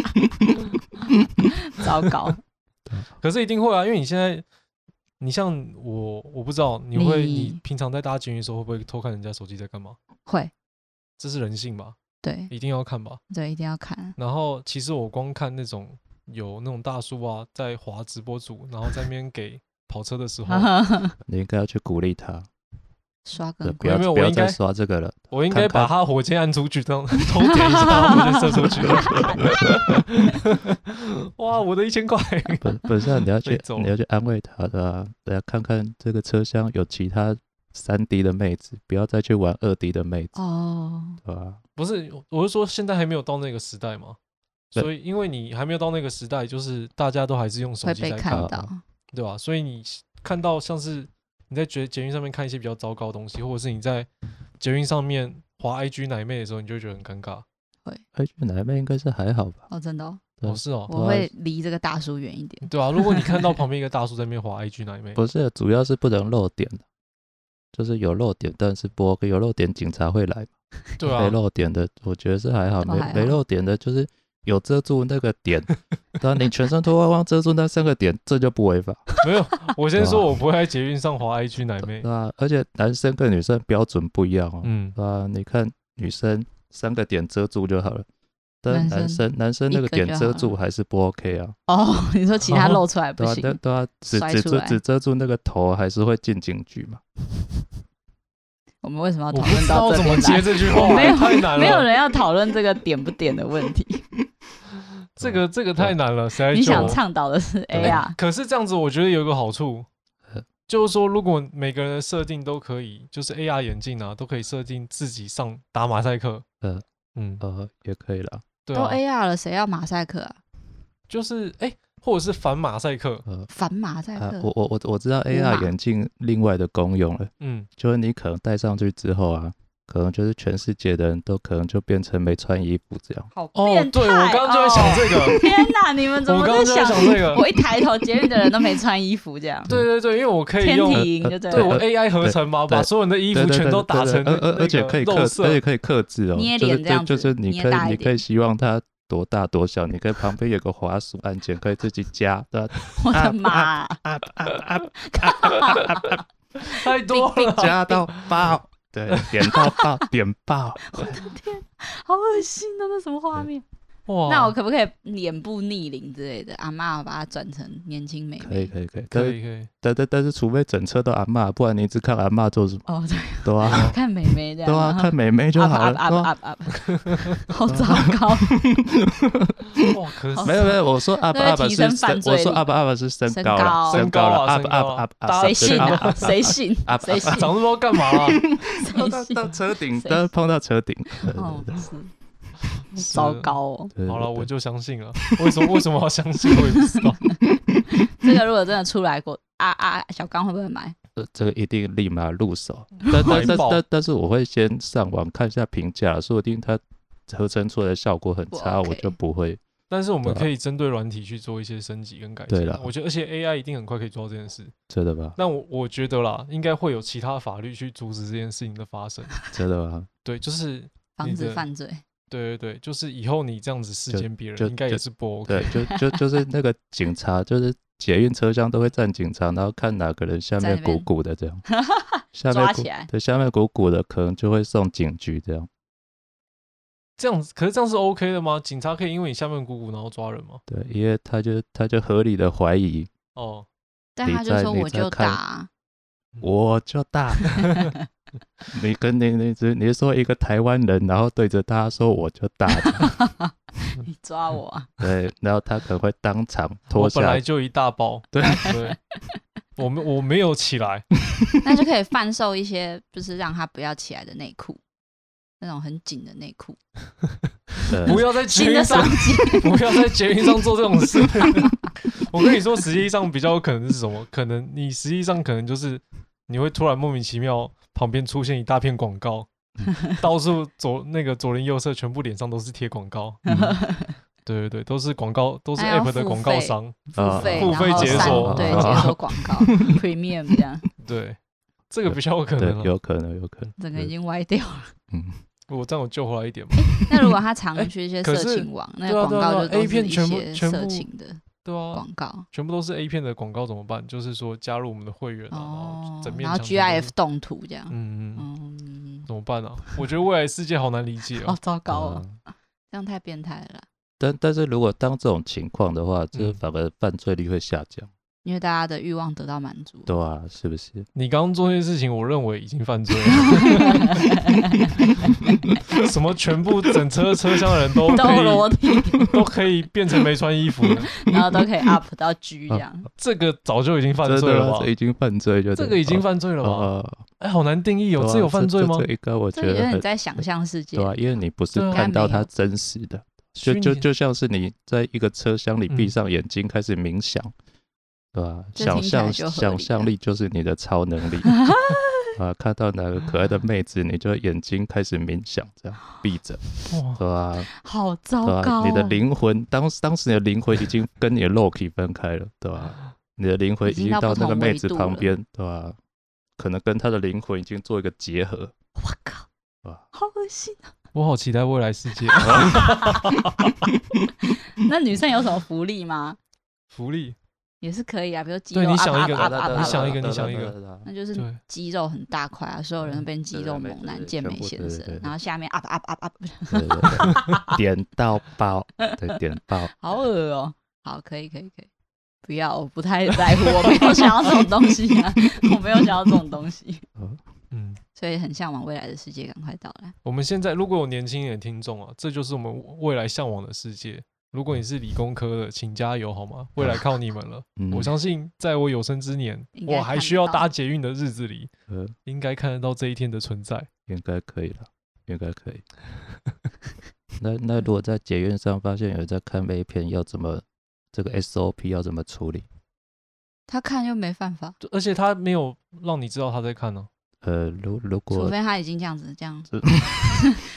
[SPEAKER 2] 糟糕，
[SPEAKER 1] 可是一定会啊，因为你现在，你像我，我不知道你会，
[SPEAKER 2] 你
[SPEAKER 1] 你平常在搭捷运的时候会不会偷看人家手机在干嘛？
[SPEAKER 2] 会，
[SPEAKER 1] 这是人性吧，
[SPEAKER 2] 对
[SPEAKER 1] 一定要看吧。
[SPEAKER 2] 对，一定要看，
[SPEAKER 1] 然后其实我光看那种有那种大叔啊，在滑直播组，然后在那边给跑车的时候，
[SPEAKER 3] 你应该要去鼓励他，
[SPEAKER 2] 刷
[SPEAKER 3] 对
[SPEAKER 2] 更
[SPEAKER 3] 不
[SPEAKER 2] 贵
[SPEAKER 3] 要，
[SPEAKER 1] 没有
[SPEAKER 3] 不
[SPEAKER 1] 我
[SPEAKER 3] 要
[SPEAKER 1] 应
[SPEAKER 3] 再
[SPEAKER 1] 该
[SPEAKER 3] 刷这 个了。
[SPEAKER 1] 我应该把
[SPEAKER 3] 看看
[SPEAKER 1] 他火箭按出去，这样 偷点一下，然后就射出 去了。哇，我的一千块！
[SPEAKER 3] 不不是啊、你要
[SPEAKER 1] 被
[SPEAKER 3] 去
[SPEAKER 1] 揍
[SPEAKER 3] 你要去安慰他的、啊，大家看看这个车厢有其他三 D 的妹子，不要再去玩二 D 的妹子，
[SPEAKER 2] 哦，
[SPEAKER 3] 对吧？
[SPEAKER 1] 不是，我是说现在还没有到那个时代嘛，
[SPEAKER 3] 对
[SPEAKER 1] 所以因为你还没有到那个时代，就是大家都还是用手
[SPEAKER 2] 会
[SPEAKER 1] 机
[SPEAKER 2] 被
[SPEAKER 1] 在
[SPEAKER 2] 看
[SPEAKER 1] 看，啊
[SPEAKER 2] 到，
[SPEAKER 1] 对吧？所以你看到像是你在捷捷运上面看一些比较糟糕的东西，或者是你在捷运上面滑 IG 奶妹的时候，你就会觉得很尴尬。
[SPEAKER 3] 哎，去南妹应该是还好吧？
[SPEAKER 2] 哦，真的哦，
[SPEAKER 3] 对
[SPEAKER 1] 哦，是哦，
[SPEAKER 2] 我会离这个大叔远一点，
[SPEAKER 1] 对啊，如果你看到旁边一个大叔在那边滑 IG 奶妹，
[SPEAKER 3] 不是，主要是不能漏点的，就是有漏点，但是不 OK，有漏点警察会来嘛。
[SPEAKER 1] 对
[SPEAKER 3] 没
[SPEAKER 1] 啊，
[SPEAKER 3] 漏点的，我觉得是还好，
[SPEAKER 2] 都
[SPEAKER 3] 没
[SPEAKER 2] 还
[SPEAKER 3] 没
[SPEAKER 2] 好
[SPEAKER 3] 漏点的，就是有遮住那个 点，当你全身脱光光遮住那三个点，这就不违法，
[SPEAKER 1] 没有，我先
[SPEAKER 3] 对
[SPEAKER 1] 说
[SPEAKER 3] 啊
[SPEAKER 1] 我不会在捷运上滑 IG 奶
[SPEAKER 3] 对
[SPEAKER 1] 妹，
[SPEAKER 3] 吧？而且男生跟女生标准不一样哦，
[SPEAKER 1] 嗯，
[SPEAKER 3] 对吧？你看女生三个点遮住就好了，但
[SPEAKER 2] 男
[SPEAKER 3] 男
[SPEAKER 2] 生
[SPEAKER 3] 生男生那
[SPEAKER 2] 一
[SPEAKER 3] 个
[SPEAKER 2] 个
[SPEAKER 3] 点
[SPEAKER 2] 就
[SPEAKER 3] 遮
[SPEAKER 2] 好
[SPEAKER 3] 住还是不 OK 啊，
[SPEAKER 2] 哦，你说其他露出来不
[SPEAKER 3] 对吧？对
[SPEAKER 2] 行，
[SPEAKER 3] 对啊，只
[SPEAKER 2] 甩
[SPEAKER 3] 只
[SPEAKER 2] 出
[SPEAKER 3] 遮
[SPEAKER 2] 来
[SPEAKER 3] 只遮住那个头还是会进警局嘛，
[SPEAKER 2] 我们为什么要
[SPEAKER 1] 我
[SPEAKER 2] 啊讨
[SPEAKER 1] 不
[SPEAKER 2] 论
[SPEAKER 1] 知
[SPEAKER 2] 到
[SPEAKER 1] 道
[SPEAKER 2] 这
[SPEAKER 1] 怎么
[SPEAKER 2] 边
[SPEAKER 1] 接
[SPEAKER 2] 来？
[SPEAKER 1] 这句话，
[SPEAKER 2] 没有
[SPEAKER 1] 太难了，
[SPEAKER 2] 没有人要讨论这个点不点的问题。
[SPEAKER 1] 这个这个太难了，谁来
[SPEAKER 2] 你
[SPEAKER 1] 救
[SPEAKER 2] 想
[SPEAKER 1] 我？
[SPEAKER 2] 倡导的是 A
[SPEAKER 1] 哎
[SPEAKER 2] 啊？
[SPEAKER 1] 可是这样子，我觉得有一个好处
[SPEAKER 3] 呃，
[SPEAKER 1] 就是说，如果每个人的设定都可以，就是 AR 眼镜啊，都可以设定自己上打马赛克。
[SPEAKER 3] 呃
[SPEAKER 1] 嗯，
[SPEAKER 3] 呃，也可以啦。
[SPEAKER 1] 对
[SPEAKER 2] 都
[SPEAKER 1] 啊，
[SPEAKER 2] AR 了，谁要马赛克啊？
[SPEAKER 1] 就是哎、或者是反马赛克。
[SPEAKER 3] 呃
[SPEAKER 2] 反马赛
[SPEAKER 3] 啊，
[SPEAKER 2] 克
[SPEAKER 3] 我我我我知道 AR
[SPEAKER 2] 码
[SPEAKER 3] 眼镜另外的功用了，
[SPEAKER 1] 嗯，
[SPEAKER 3] 就是你可能戴上去之后啊，可能就是全世界的人都可能就变成没穿衣服这样。
[SPEAKER 2] 好
[SPEAKER 1] 哦，
[SPEAKER 2] 变态
[SPEAKER 1] 对我刚刚就在想
[SPEAKER 2] 哦。
[SPEAKER 1] 这个，
[SPEAKER 2] 天哪，你哦们怎
[SPEAKER 1] 我
[SPEAKER 2] 么
[SPEAKER 1] 刚刚就在
[SPEAKER 2] 想？
[SPEAKER 1] 想这个。
[SPEAKER 2] 我一抬头，捷运的人都没穿衣服，这样
[SPEAKER 1] 对对对，因为我可以
[SPEAKER 2] 天
[SPEAKER 1] 用，
[SPEAKER 2] 体营
[SPEAKER 3] 呃
[SPEAKER 2] 就这
[SPEAKER 1] 对
[SPEAKER 2] 样。
[SPEAKER 1] 我 AI 合成嘛，
[SPEAKER 3] 对
[SPEAKER 1] 把所有人的衣服
[SPEAKER 3] 对对
[SPEAKER 1] 全都
[SPEAKER 3] 对对
[SPEAKER 1] 打成
[SPEAKER 3] 对
[SPEAKER 2] 呃
[SPEAKER 3] 而而而且
[SPEAKER 1] 那个
[SPEAKER 3] 可以克，
[SPEAKER 1] 肉
[SPEAKER 3] 而
[SPEAKER 1] 色
[SPEAKER 3] 且可以克制哦，
[SPEAKER 2] 捏
[SPEAKER 3] 就是
[SPEAKER 2] 脸这样
[SPEAKER 3] 就就是
[SPEAKER 2] 子
[SPEAKER 3] 你
[SPEAKER 2] 捏
[SPEAKER 3] 可以
[SPEAKER 2] 大一
[SPEAKER 3] 你可
[SPEAKER 2] 点
[SPEAKER 3] 以希望它多大多小，你可以旁边有个滑鼠按键，可以自己加，对吧？
[SPEAKER 2] 我的
[SPEAKER 3] 啊
[SPEAKER 2] 妈！
[SPEAKER 3] 啊啊啊！
[SPEAKER 1] 太多了。
[SPEAKER 3] 加到爆，对，点到爆，点爆，
[SPEAKER 2] 好恶心的那什么画面？
[SPEAKER 1] 哇，
[SPEAKER 3] 哦
[SPEAKER 2] 那我可不可以脸部逆龄之类的？阿妈，我把它转成年轻美
[SPEAKER 3] 可以
[SPEAKER 2] 眉。
[SPEAKER 3] 可以可以，但
[SPEAKER 1] 可
[SPEAKER 3] 是
[SPEAKER 1] 以可以，
[SPEAKER 3] 但但但是，除非整车都阿嬷，不然你只看阿嬷做什么？
[SPEAKER 2] 哦，对，
[SPEAKER 3] 对啊，
[SPEAKER 2] 看美眉这样。
[SPEAKER 3] 对啊，看美眉就
[SPEAKER 2] up
[SPEAKER 3] 好了。
[SPEAKER 2] up
[SPEAKER 3] 对
[SPEAKER 2] up
[SPEAKER 3] 啊
[SPEAKER 2] up up，好 糟糕。
[SPEAKER 1] 哇，哦可
[SPEAKER 2] 好
[SPEAKER 1] 是
[SPEAKER 3] 没有没有，我说 up
[SPEAKER 2] 那
[SPEAKER 3] up
[SPEAKER 2] 会提
[SPEAKER 3] 是
[SPEAKER 2] 升犯
[SPEAKER 3] 身，
[SPEAKER 2] 罪
[SPEAKER 3] 我说
[SPEAKER 2] 率
[SPEAKER 3] up up 是身
[SPEAKER 2] 身
[SPEAKER 3] 高了，
[SPEAKER 2] 高
[SPEAKER 1] 身
[SPEAKER 3] 高
[SPEAKER 1] 高
[SPEAKER 3] 了
[SPEAKER 1] 啊
[SPEAKER 3] up
[SPEAKER 1] 身
[SPEAKER 3] up
[SPEAKER 1] 高啊
[SPEAKER 3] up
[SPEAKER 1] 大
[SPEAKER 3] up，
[SPEAKER 2] 谁
[SPEAKER 1] 家
[SPEAKER 2] 信
[SPEAKER 1] 啊
[SPEAKER 2] 啊？谁信？
[SPEAKER 3] up
[SPEAKER 2] 谁
[SPEAKER 3] up
[SPEAKER 2] 信？
[SPEAKER 1] 长这么多干嘛啊？
[SPEAKER 2] 谁
[SPEAKER 3] 到
[SPEAKER 2] 信？
[SPEAKER 3] 到车顶，
[SPEAKER 2] 谁
[SPEAKER 3] 都碰到车顶。对对
[SPEAKER 2] 哦
[SPEAKER 3] 对，
[SPEAKER 2] 是， 糟糕哦。
[SPEAKER 3] 对对
[SPEAKER 1] 好了，我
[SPEAKER 3] 对
[SPEAKER 1] 就相信了。为什么 为什么要相信？我也不 知道。
[SPEAKER 2] 这个如果真的出来过，啊啊，小刚会不会买？
[SPEAKER 3] 呃这个一定立马入手。
[SPEAKER 2] 嗯
[SPEAKER 3] 但但
[SPEAKER 1] 环
[SPEAKER 3] 但
[SPEAKER 1] 保
[SPEAKER 3] 但但是我会先上网看一下评价，说不定它合成出来的效果很
[SPEAKER 2] 不
[SPEAKER 3] 差，我
[SPEAKER 2] OK
[SPEAKER 3] 就不会。
[SPEAKER 1] 但是我们
[SPEAKER 3] 对啊
[SPEAKER 1] 可以针对软体去做一些升级跟改进。啊
[SPEAKER 3] 对啦
[SPEAKER 1] 我觉得，而且 AI 一定很快可以做到这件事。
[SPEAKER 3] 真的吧？
[SPEAKER 1] 那我我觉得啦，应该会有其他法律去阻止这件事情的发生。
[SPEAKER 3] 真的吧？
[SPEAKER 1] 对，就是
[SPEAKER 2] 防
[SPEAKER 1] 你
[SPEAKER 2] 止
[SPEAKER 1] 的
[SPEAKER 2] 犯罪。
[SPEAKER 1] 对对对，就是以后你这样子视奸别人，
[SPEAKER 3] 就
[SPEAKER 1] 应该也
[SPEAKER 3] 就是
[SPEAKER 1] 不 OK。
[SPEAKER 3] 对，就就就是那个警察，就是捷运车厢都会站警察，然后看哪个人下
[SPEAKER 2] 在
[SPEAKER 3] 面
[SPEAKER 2] 那
[SPEAKER 3] 鼓
[SPEAKER 2] 边
[SPEAKER 3] 鼓的这样，下
[SPEAKER 2] 抓
[SPEAKER 3] 面鼓
[SPEAKER 2] 起来
[SPEAKER 3] 对下面鼓鼓的，可能就会送警局这样。
[SPEAKER 1] 这样子，可是这样是 OK 的吗？警察可以因为你下面鼓鼓然后抓人吗？
[SPEAKER 3] 对，因为他就他就合理的怀疑，
[SPEAKER 1] 哦，
[SPEAKER 2] 但他就说我就打啊，
[SPEAKER 3] 我就大。 你跟你你只你是说一个台湾人，然后对着他说我就 大，
[SPEAKER 2] 你抓我啊！
[SPEAKER 3] 对，然后他可能会当场脱
[SPEAKER 1] 我本
[SPEAKER 3] 下
[SPEAKER 1] 来，就一大包。
[SPEAKER 3] 对
[SPEAKER 1] 对，我没我没有起 来。
[SPEAKER 2] 那就可以贩售一些，就是让他不要起来的内裤，那种很紧的内裤，
[SPEAKER 3] 呃
[SPEAKER 1] 不要在捷
[SPEAKER 2] 新
[SPEAKER 1] 运
[SPEAKER 2] 的商
[SPEAKER 1] 上，
[SPEAKER 2] 机。
[SPEAKER 1] 不要在捷运上做这种事。 我跟你说，实际上比较有可能是什么？可能你实际上可能就是你会突然莫名其妙旁边出现一大片广 告，到处左那个左邻右舍全部脸上都是贴广告。
[SPEAKER 3] 嗯
[SPEAKER 1] 对对对，都是广告，都是
[SPEAKER 2] 还要
[SPEAKER 1] app 的广告商。
[SPEAKER 2] 付
[SPEAKER 3] 哦
[SPEAKER 2] 费，
[SPEAKER 1] 啊付费
[SPEAKER 2] 然后
[SPEAKER 1] 解
[SPEAKER 2] 上
[SPEAKER 1] 锁
[SPEAKER 2] 对，
[SPEAKER 3] 啊
[SPEAKER 2] 解锁广 告 premium 这样，
[SPEAKER 1] 对，这个比较有可
[SPEAKER 3] 对
[SPEAKER 1] 能，啊了。
[SPEAKER 3] 有可能，有可能，
[SPEAKER 2] 整个已经歪掉了。
[SPEAKER 3] 嗯，
[SPEAKER 1] 我这样我救回来一点嘛。
[SPEAKER 2] 那如果他常去一些色情网，那
[SPEAKER 1] 对啊
[SPEAKER 2] 个广
[SPEAKER 1] 对啊
[SPEAKER 2] 告就
[SPEAKER 1] 对啊
[SPEAKER 2] 都
[SPEAKER 1] A
[SPEAKER 2] 是
[SPEAKER 1] 片
[SPEAKER 2] 一
[SPEAKER 1] 全部
[SPEAKER 2] 些
[SPEAKER 1] 全部
[SPEAKER 2] 色情的
[SPEAKER 1] 对啊，
[SPEAKER 2] 广告
[SPEAKER 1] 全部都是 A 片的广告怎么办？就是说加入我们的会员啊，然
[SPEAKER 2] 哦
[SPEAKER 1] 后整，面
[SPEAKER 2] 然后
[SPEAKER 1] 墙全部都
[SPEAKER 2] GIF 动图这样，
[SPEAKER 1] 嗯嗯嗯，
[SPEAKER 2] 嗯，
[SPEAKER 1] 怎么办啊？我觉得未来世界好难理解
[SPEAKER 2] 好
[SPEAKER 1] 哦。
[SPEAKER 2] 糟糕 哦，
[SPEAKER 3] 嗯
[SPEAKER 2] 这样太变态了啦，
[SPEAKER 3] 但但是如果当这种情况的话，这
[SPEAKER 1] 嗯
[SPEAKER 3] 反而犯罪率会下降，
[SPEAKER 2] 因为大家的欲望得到满足。
[SPEAKER 3] 对啊，是不是？
[SPEAKER 1] 你刚刚做那些事情，我认为已经犯罪 了。什么全部整车车厢的人 都
[SPEAKER 2] 都裸
[SPEAKER 1] 可
[SPEAKER 2] 体，
[SPEAKER 1] 以 都可以变成没穿衣服 了，
[SPEAKER 2] 然后都可以 up 到 G
[SPEAKER 1] 啊
[SPEAKER 2] 这样，
[SPEAKER 1] 这个早就已经犯
[SPEAKER 3] 真
[SPEAKER 1] 罪
[SPEAKER 3] 的
[SPEAKER 1] 了
[SPEAKER 3] 吗？
[SPEAKER 1] 吧
[SPEAKER 3] 这？已经犯罪就
[SPEAKER 1] 这个已经
[SPEAKER 3] 犯
[SPEAKER 1] 犯罪了吧？
[SPEAKER 3] 哦，
[SPEAKER 1] 哎，好难定义哦，
[SPEAKER 3] 对啊
[SPEAKER 1] 这有犯罪吗
[SPEAKER 3] 这？这应该我
[SPEAKER 2] 这
[SPEAKER 3] 觉
[SPEAKER 2] 有
[SPEAKER 3] 得
[SPEAKER 2] 点
[SPEAKER 3] 很
[SPEAKER 2] 在想象世界
[SPEAKER 3] 对。啊，因为你不是
[SPEAKER 1] 对啊
[SPEAKER 3] 看到
[SPEAKER 2] 应
[SPEAKER 3] 它
[SPEAKER 2] 该没有
[SPEAKER 3] 真实的，
[SPEAKER 1] 虚
[SPEAKER 3] 就
[SPEAKER 1] 拟
[SPEAKER 3] 就就像是你在一个车厢里闭
[SPEAKER 1] 嗯
[SPEAKER 3] 上眼睛开始冥想，对吧？
[SPEAKER 2] 这
[SPEAKER 3] 想
[SPEAKER 2] 听起
[SPEAKER 3] 象
[SPEAKER 2] 来就合理
[SPEAKER 3] 想
[SPEAKER 2] 啊
[SPEAKER 3] 象力就是你的超 能力啊！看到哪个可爱的妹子，你就眼睛开始冥想，这样闭着，
[SPEAKER 1] 哇，
[SPEAKER 3] 对吧？
[SPEAKER 2] 好
[SPEAKER 1] 啊
[SPEAKER 3] 对
[SPEAKER 2] 糟
[SPEAKER 3] 吧？
[SPEAKER 2] 糕哦！
[SPEAKER 3] 你的灵魂当当时你的灵魂已经跟你的肉体分开了，对吧？你的灵魂
[SPEAKER 2] 已
[SPEAKER 3] 已
[SPEAKER 2] 经
[SPEAKER 3] 经
[SPEAKER 2] 到
[SPEAKER 3] 到那个
[SPEAKER 2] 不同
[SPEAKER 3] 妹
[SPEAKER 2] 维
[SPEAKER 3] 子
[SPEAKER 2] 度
[SPEAKER 3] 旁
[SPEAKER 2] 了
[SPEAKER 3] 边，对吧？可能跟她的灵魂已经做一个结合，
[SPEAKER 2] 我靠，
[SPEAKER 3] 对吧？
[SPEAKER 2] 好恶心啊！
[SPEAKER 1] 我好期待未来 世界
[SPEAKER 2] 那女生有什么福利吗？
[SPEAKER 1] 福利。
[SPEAKER 2] 也是可以啊，比如说肌
[SPEAKER 1] 对
[SPEAKER 2] 肉
[SPEAKER 1] 你
[SPEAKER 2] up
[SPEAKER 1] 想一
[SPEAKER 2] up
[SPEAKER 1] 个
[SPEAKER 2] up
[SPEAKER 1] 啊
[SPEAKER 2] up
[SPEAKER 1] 你
[SPEAKER 2] up，
[SPEAKER 1] 想一个
[SPEAKER 2] up，
[SPEAKER 1] 你想一个
[SPEAKER 3] 个
[SPEAKER 2] 那就是
[SPEAKER 1] 对，
[SPEAKER 2] 肌肉很大块啊，所有人都变肌肉
[SPEAKER 3] 对对
[SPEAKER 2] 猛男
[SPEAKER 3] 对
[SPEAKER 2] 健
[SPEAKER 3] 全
[SPEAKER 2] 美
[SPEAKER 3] 部
[SPEAKER 2] 先
[SPEAKER 3] 对对
[SPEAKER 2] 生
[SPEAKER 3] 对，对
[SPEAKER 2] 然后下面 up up up up，
[SPEAKER 3] 对对对点到爆，对，点爆。
[SPEAKER 2] 好恶哦、好，可以可以可以，不要，我不太在乎，我没有想要这种东西啊，我没有想要这种东西，
[SPEAKER 3] 哦
[SPEAKER 1] 嗯，
[SPEAKER 2] 所以很向往未来的世界赶快到来。
[SPEAKER 1] 我们现在如果有年轻一点的听众啊，这就是我们未来向往的世界。如果你是理工科的，请加油好吗？未来靠你们了。
[SPEAKER 3] 嗯，
[SPEAKER 1] 我相信，在我有生之年，
[SPEAKER 2] 应该
[SPEAKER 1] 我还
[SPEAKER 2] 看
[SPEAKER 1] 需要
[SPEAKER 2] 到
[SPEAKER 1] 搭捷运的日子里，
[SPEAKER 3] 呃
[SPEAKER 1] 应该看得到这一天的存在。
[SPEAKER 3] 应该可以了，应该可以。 那那如果在捷运上发现有人在看 A 片，要怎么这个 SOP 要怎么处理？
[SPEAKER 2] 他看又没办法，
[SPEAKER 1] 就而且他没有让你知道他在看呢、啊
[SPEAKER 3] 呃，如如
[SPEAKER 2] 除
[SPEAKER 3] 果
[SPEAKER 2] 非他已经这样子这样。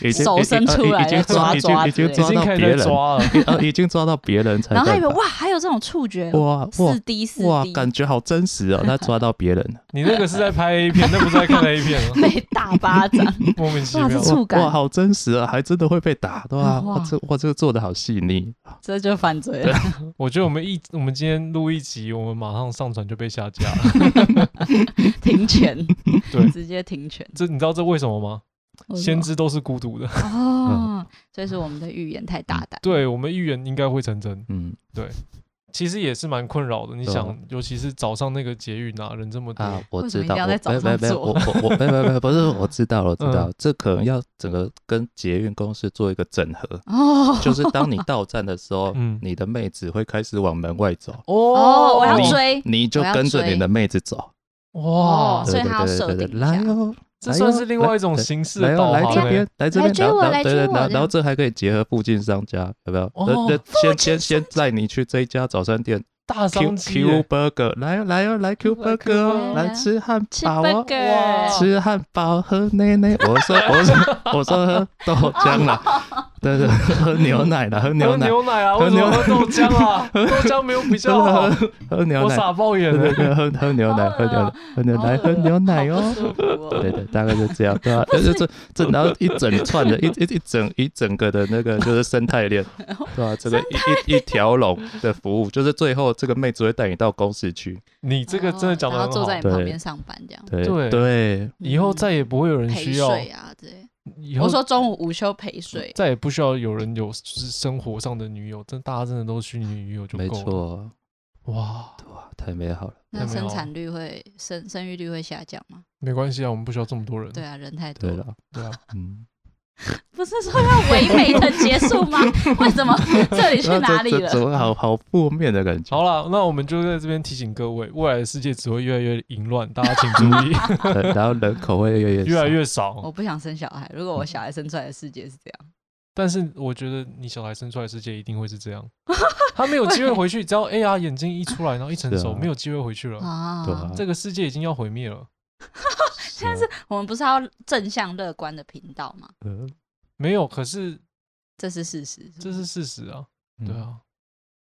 [SPEAKER 3] 已经
[SPEAKER 2] 手
[SPEAKER 3] 已
[SPEAKER 2] 伸
[SPEAKER 3] 啊
[SPEAKER 2] 出
[SPEAKER 3] 已
[SPEAKER 2] 来
[SPEAKER 3] 已经
[SPEAKER 2] 了抓
[SPEAKER 3] 已经
[SPEAKER 2] 抓
[SPEAKER 3] 已
[SPEAKER 2] 之类
[SPEAKER 3] 经
[SPEAKER 2] 的
[SPEAKER 1] 已
[SPEAKER 3] 抓
[SPEAKER 1] 经
[SPEAKER 3] 到
[SPEAKER 1] 开
[SPEAKER 3] 别
[SPEAKER 1] 始在
[SPEAKER 3] 人，
[SPEAKER 1] 抓了。
[SPEAKER 3] 已呃已经抓到别人才
[SPEAKER 2] 然后他以
[SPEAKER 3] 办
[SPEAKER 2] 为
[SPEAKER 3] 法。
[SPEAKER 2] 哇，还有这种触觉，
[SPEAKER 3] 哇
[SPEAKER 2] 四
[SPEAKER 3] 哇
[SPEAKER 2] D 四
[SPEAKER 3] 哇，
[SPEAKER 2] D，
[SPEAKER 3] 感觉好真实 哦！他抓到别人了，
[SPEAKER 1] 你那个是在拍 A 片，那不是在看 A 片 啊，
[SPEAKER 2] 被大巴掌，
[SPEAKER 1] 莫名其
[SPEAKER 2] 哇这
[SPEAKER 1] 妙
[SPEAKER 2] 是。触感
[SPEAKER 3] 哇哇，好真实啊，还真的会被打，对吧？
[SPEAKER 2] 嗯
[SPEAKER 3] 哇
[SPEAKER 2] 哇，
[SPEAKER 3] 这哇这个做的好细腻，
[SPEAKER 2] 这就犯罪了。
[SPEAKER 1] 我觉得我们一我们今天录一集，我们马上上传就被下架了。
[SPEAKER 2] 停 权，
[SPEAKER 1] 对
[SPEAKER 2] 直接停权。
[SPEAKER 1] 这你知道这为什么吗？
[SPEAKER 2] 我
[SPEAKER 1] 先知都是孤独的，
[SPEAKER 2] 哦，所以说我们的预言太大胆。
[SPEAKER 1] 对我们预言应该会成真。
[SPEAKER 3] 嗯
[SPEAKER 1] 其实也是蛮困扰的。你
[SPEAKER 3] 对啊
[SPEAKER 1] 想，尤其是早上那个捷运啊，人这么多，
[SPEAKER 3] 啊，我
[SPEAKER 2] 为什
[SPEAKER 3] 知
[SPEAKER 2] 么一
[SPEAKER 3] 道，
[SPEAKER 2] 定要
[SPEAKER 3] 我
[SPEAKER 2] 在早
[SPEAKER 3] 没没
[SPEAKER 2] 上
[SPEAKER 3] 没，
[SPEAKER 2] 做嗯
[SPEAKER 3] 我我我没没没，不是，我知道了，我知道，这可能要整个跟捷运公司做一个整合，
[SPEAKER 2] 哦，
[SPEAKER 3] 就是当你到站的时 候，
[SPEAKER 1] 嗯
[SPEAKER 3] 你的妹子会开始往门外走，
[SPEAKER 2] 哦，我要
[SPEAKER 1] 你
[SPEAKER 2] 追
[SPEAKER 3] 你就
[SPEAKER 2] 我要
[SPEAKER 3] 跟着
[SPEAKER 2] 追
[SPEAKER 3] 你的妹子走，
[SPEAKER 1] 哇
[SPEAKER 2] 哦，
[SPEAKER 3] 对
[SPEAKER 2] 所以
[SPEAKER 3] 对
[SPEAKER 2] 他要
[SPEAKER 3] 对对
[SPEAKER 2] 设
[SPEAKER 3] 对
[SPEAKER 2] 定一
[SPEAKER 3] 来
[SPEAKER 2] 下
[SPEAKER 3] 哦，
[SPEAKER 1] 这
[SPEAKER 3] 来
[SPEAKER 1] 算
[SPEAKER 3] 哟
[SPEAKER 1] 是另外
[SPEAKER 3] 来
[SPEAKER 1] 一种
[SPEAKER 3] 来
[SPEAKER 1] 形式
[SPEAKER 3] 来
[SPEAKER 1] 的
[SPEAKER 3] 哦，
[SPEAKER 1] 导
[SPEAKER 3] 来
[SPEAKER 1] 航
[SPEAKER 3] 这
[SPEAKER 1] 欸。
[SPEAKER 3] 边，来这边，
[SPEAKER 2] 来追
[SPEAKER 3] 然后
[SPEAKER 2] 我
[SPEAKER 3] 然
[SPEAKER 2] 来
[SPEAKER 3] 后对对，
[SPEAKER 2] 追我
[SPEAKER 3] 然后
[SPEAKER 2] 这
[SPEAKER 3] 然后
[SPEAKER 2] 样
[SPEAKER 3] 这还可以结合附近商家，有没有？
[SPEAKER 1] 哦
[SPEAKER 3] 那那先先先带你去这一家早餐店
[SPEAKER 1] 大
[SPEAKER 3] Q
[SPEAKER 1] 商机
[SPEAKER 3] Q
[SPEAKER 1] 欸，
[SPEAKER 3] Burger，来哦来哦来 Q
[SPEAKER 1] Q-
[SPEAKER 3] Burger，哦
[SPEAKER 2] 来
[SPEAKER 3] 来
[SPEAKER 2] 来
[SPEAKER 3] 吃汉
[SPEAKER 2] 吃
[SPEAKER 3] 堡哦。
[SPEAKER 1] 哇
[SPEAKER 2] burger，
[SPEAKER 3] 吃汉堡喝奶奶，我说 我说我说喝豆浆啦，对对，喝牛奶啦，喝牛
[SPEAKER 1] 喝
[SPEAKER 3] 奶，
[SPEAKER 1] 牛奶啊，
[SPEAKER 3] 喝
[SPEAKER 1] 为什么
[SPEAKER 3] 牛
[SPEAKER 1] 喝豆浆 啊？豆浆没有比
[SPEAKER 3] 真
[SPEAKER 1] 较好
[SPEAKER 3] 的，喝喝牛
[SPEAKER 1] 我
[SPEAKER 3] 奶，
[SPEAKER 1] 傻爆眼
[SPEAKER 3] 对对
[SPEAKER 1] 了。
[SPEAKER 3] 对，喝喝牛奶，喝牛奶，喝牛奶，喝牛奶
[SPEAKER 1] 啊
[SPEAKER 3] 哦。对
[SPEAKER 2] 哦。
[SPEAKER 3] 对，大概就这样， 对吧？这这这，然后一整串的，一一一整一整个的那个就是生态链，对吧？这个一一一条龙的服务，就是最后这个妹子会带你到公司去，
[SPEAKER 1] 你这个真的讲的
[SPEAKER 2] 然
[SPEAKER 1] 很
[SPEAKER 2] 后坐
[SPEAKER 1] 好
[SPEAKER 2] 在，你旁边上班这样，
[SPEAKER 3] 对
[SPEAKER 1] 对
[SPEAKER 3] 对，
[SPEAKER 1] 以后再也不会有人
[SPEAKER 2] 陪
[SPEAKER 1] 需要，
[SPEAKER 2] 睡啊之类。
[SPEAKER 1] 以后
[SPEAKER 2] 我说中午午休陪睡，
[SPEAKER 1] 再也不需要有人有就是生活上的女友，真大家真的都虚拟女友就
[SPEAKER 3] 没
[SPEAKER 1] 够了。
[SPEAKER 3] 错，
[SPEAKER 1] 哇，
[SPEAKER 3] 哇，太美好了。
[SPEAKER 2] 那
[SPEAKER 1] 没有
[SPEAKER 2] 生产率会生生育率会下降吗？
[SPEAKER 1] 没关系啊，我们不需要这么多人。
[SPEAKER 2] 对啊，人太
[SPEAKER 3] 嗯
[SPEAKER 2] 多
[SPEAKER 3] 对
[SPEAKER 2] 了。
[SPEAKER 3] 了，
[SPEAKER 1] 对啊，
[SPEAKER 3] 嗯，
[SPEAKER 2] 不是说要唯美的结束 吗？为什么这里去哪里
[SPEAKER 3] 这这怎
[SPEAKER 2] 了？嗯
[SPEAKER 3] 么好好负面的 感觉？
[SPEAKER 1] 好了，那我们就在这边提醒各位，未来的世界只会越来越淫乱，大家请注 意，
[SPEAKER 3] 呃然后人口会越来越
[SPEAKER 1] 越来
[SPEAKER 3] 少
[SPEAKER 1] 越
[SPEAKER 2] 我
[SPEAKER 1] 少。
[SPEAKER 2] 不想生小孩。如果我小孩生出来的世界是这样，
[SPEAKER 1] 但是我觉得你小孩生出来的世界一定会是这 样，他没有机会回去，只要 AR 眼睛一出来，然后一成
[SPEAKER 3] 是
[SPEAKER 1] 熟，
[SPEAKER 3] 啊
[SPEAKER 1] 没有机会回去了。
[SPEAKER 2] 啊
[SPEAKER 3] 对啊
[SPEAKER 1] 这个世界已经要毁灭了，
[SPEAKER 2] 但哦是我们不是要正向乐观的频道吗？
[SPEAKER 3] 呃
[SPEAKER 1] 没有，可是
[SPEAKER 2] 这是事实。
[SPEAKER 1] 这是事实啊，
[SPEAKER 3] 嗯
[SPEAKER 1] 对啊，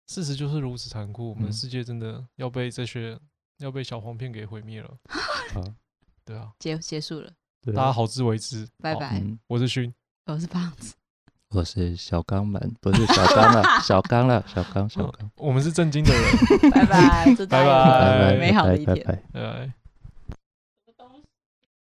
[SPEAKER 1] 事实就是如此残酷，我们的
[SPEAKER 3] 嗯
[SPEAKER 1] 世界真的要被这些要被小黄片给毁灭了，
[SPEAKER 3] 好，
[SPEAKER 1] 对啊，
[SPEAKER 2] 结结束了，
[SPEAKER 3] 对啊
[SPEAKER 1] 大家好自为之，
[SPEAKER 2] 拜
[SPEAKER 1] 好，
[SPEAKER 2] 拜。
[SPEAKER 3] 嗯，
[SPEAKER 1] 我是勋，
[SPEAKER 2] 我是胖子，
[SPEAKER 3] 我是小肛门，不是小刚 了，小刚了， 小刚，小刚，
[SPEAKER 1] 我们是正经的人，
[SPEAKER 2] 拜拜，祝大
[SPEAKER 1] 拜
[SPEAKER 2] 家有
[SPEAKER 1] 拜
[SPEAKER 2] 美好的一
[SPEAKER 3] 拜
[SPEAKER 2] 天。
[SPEAKER 3] 拜。
[SPEAKER 1] 拜拜。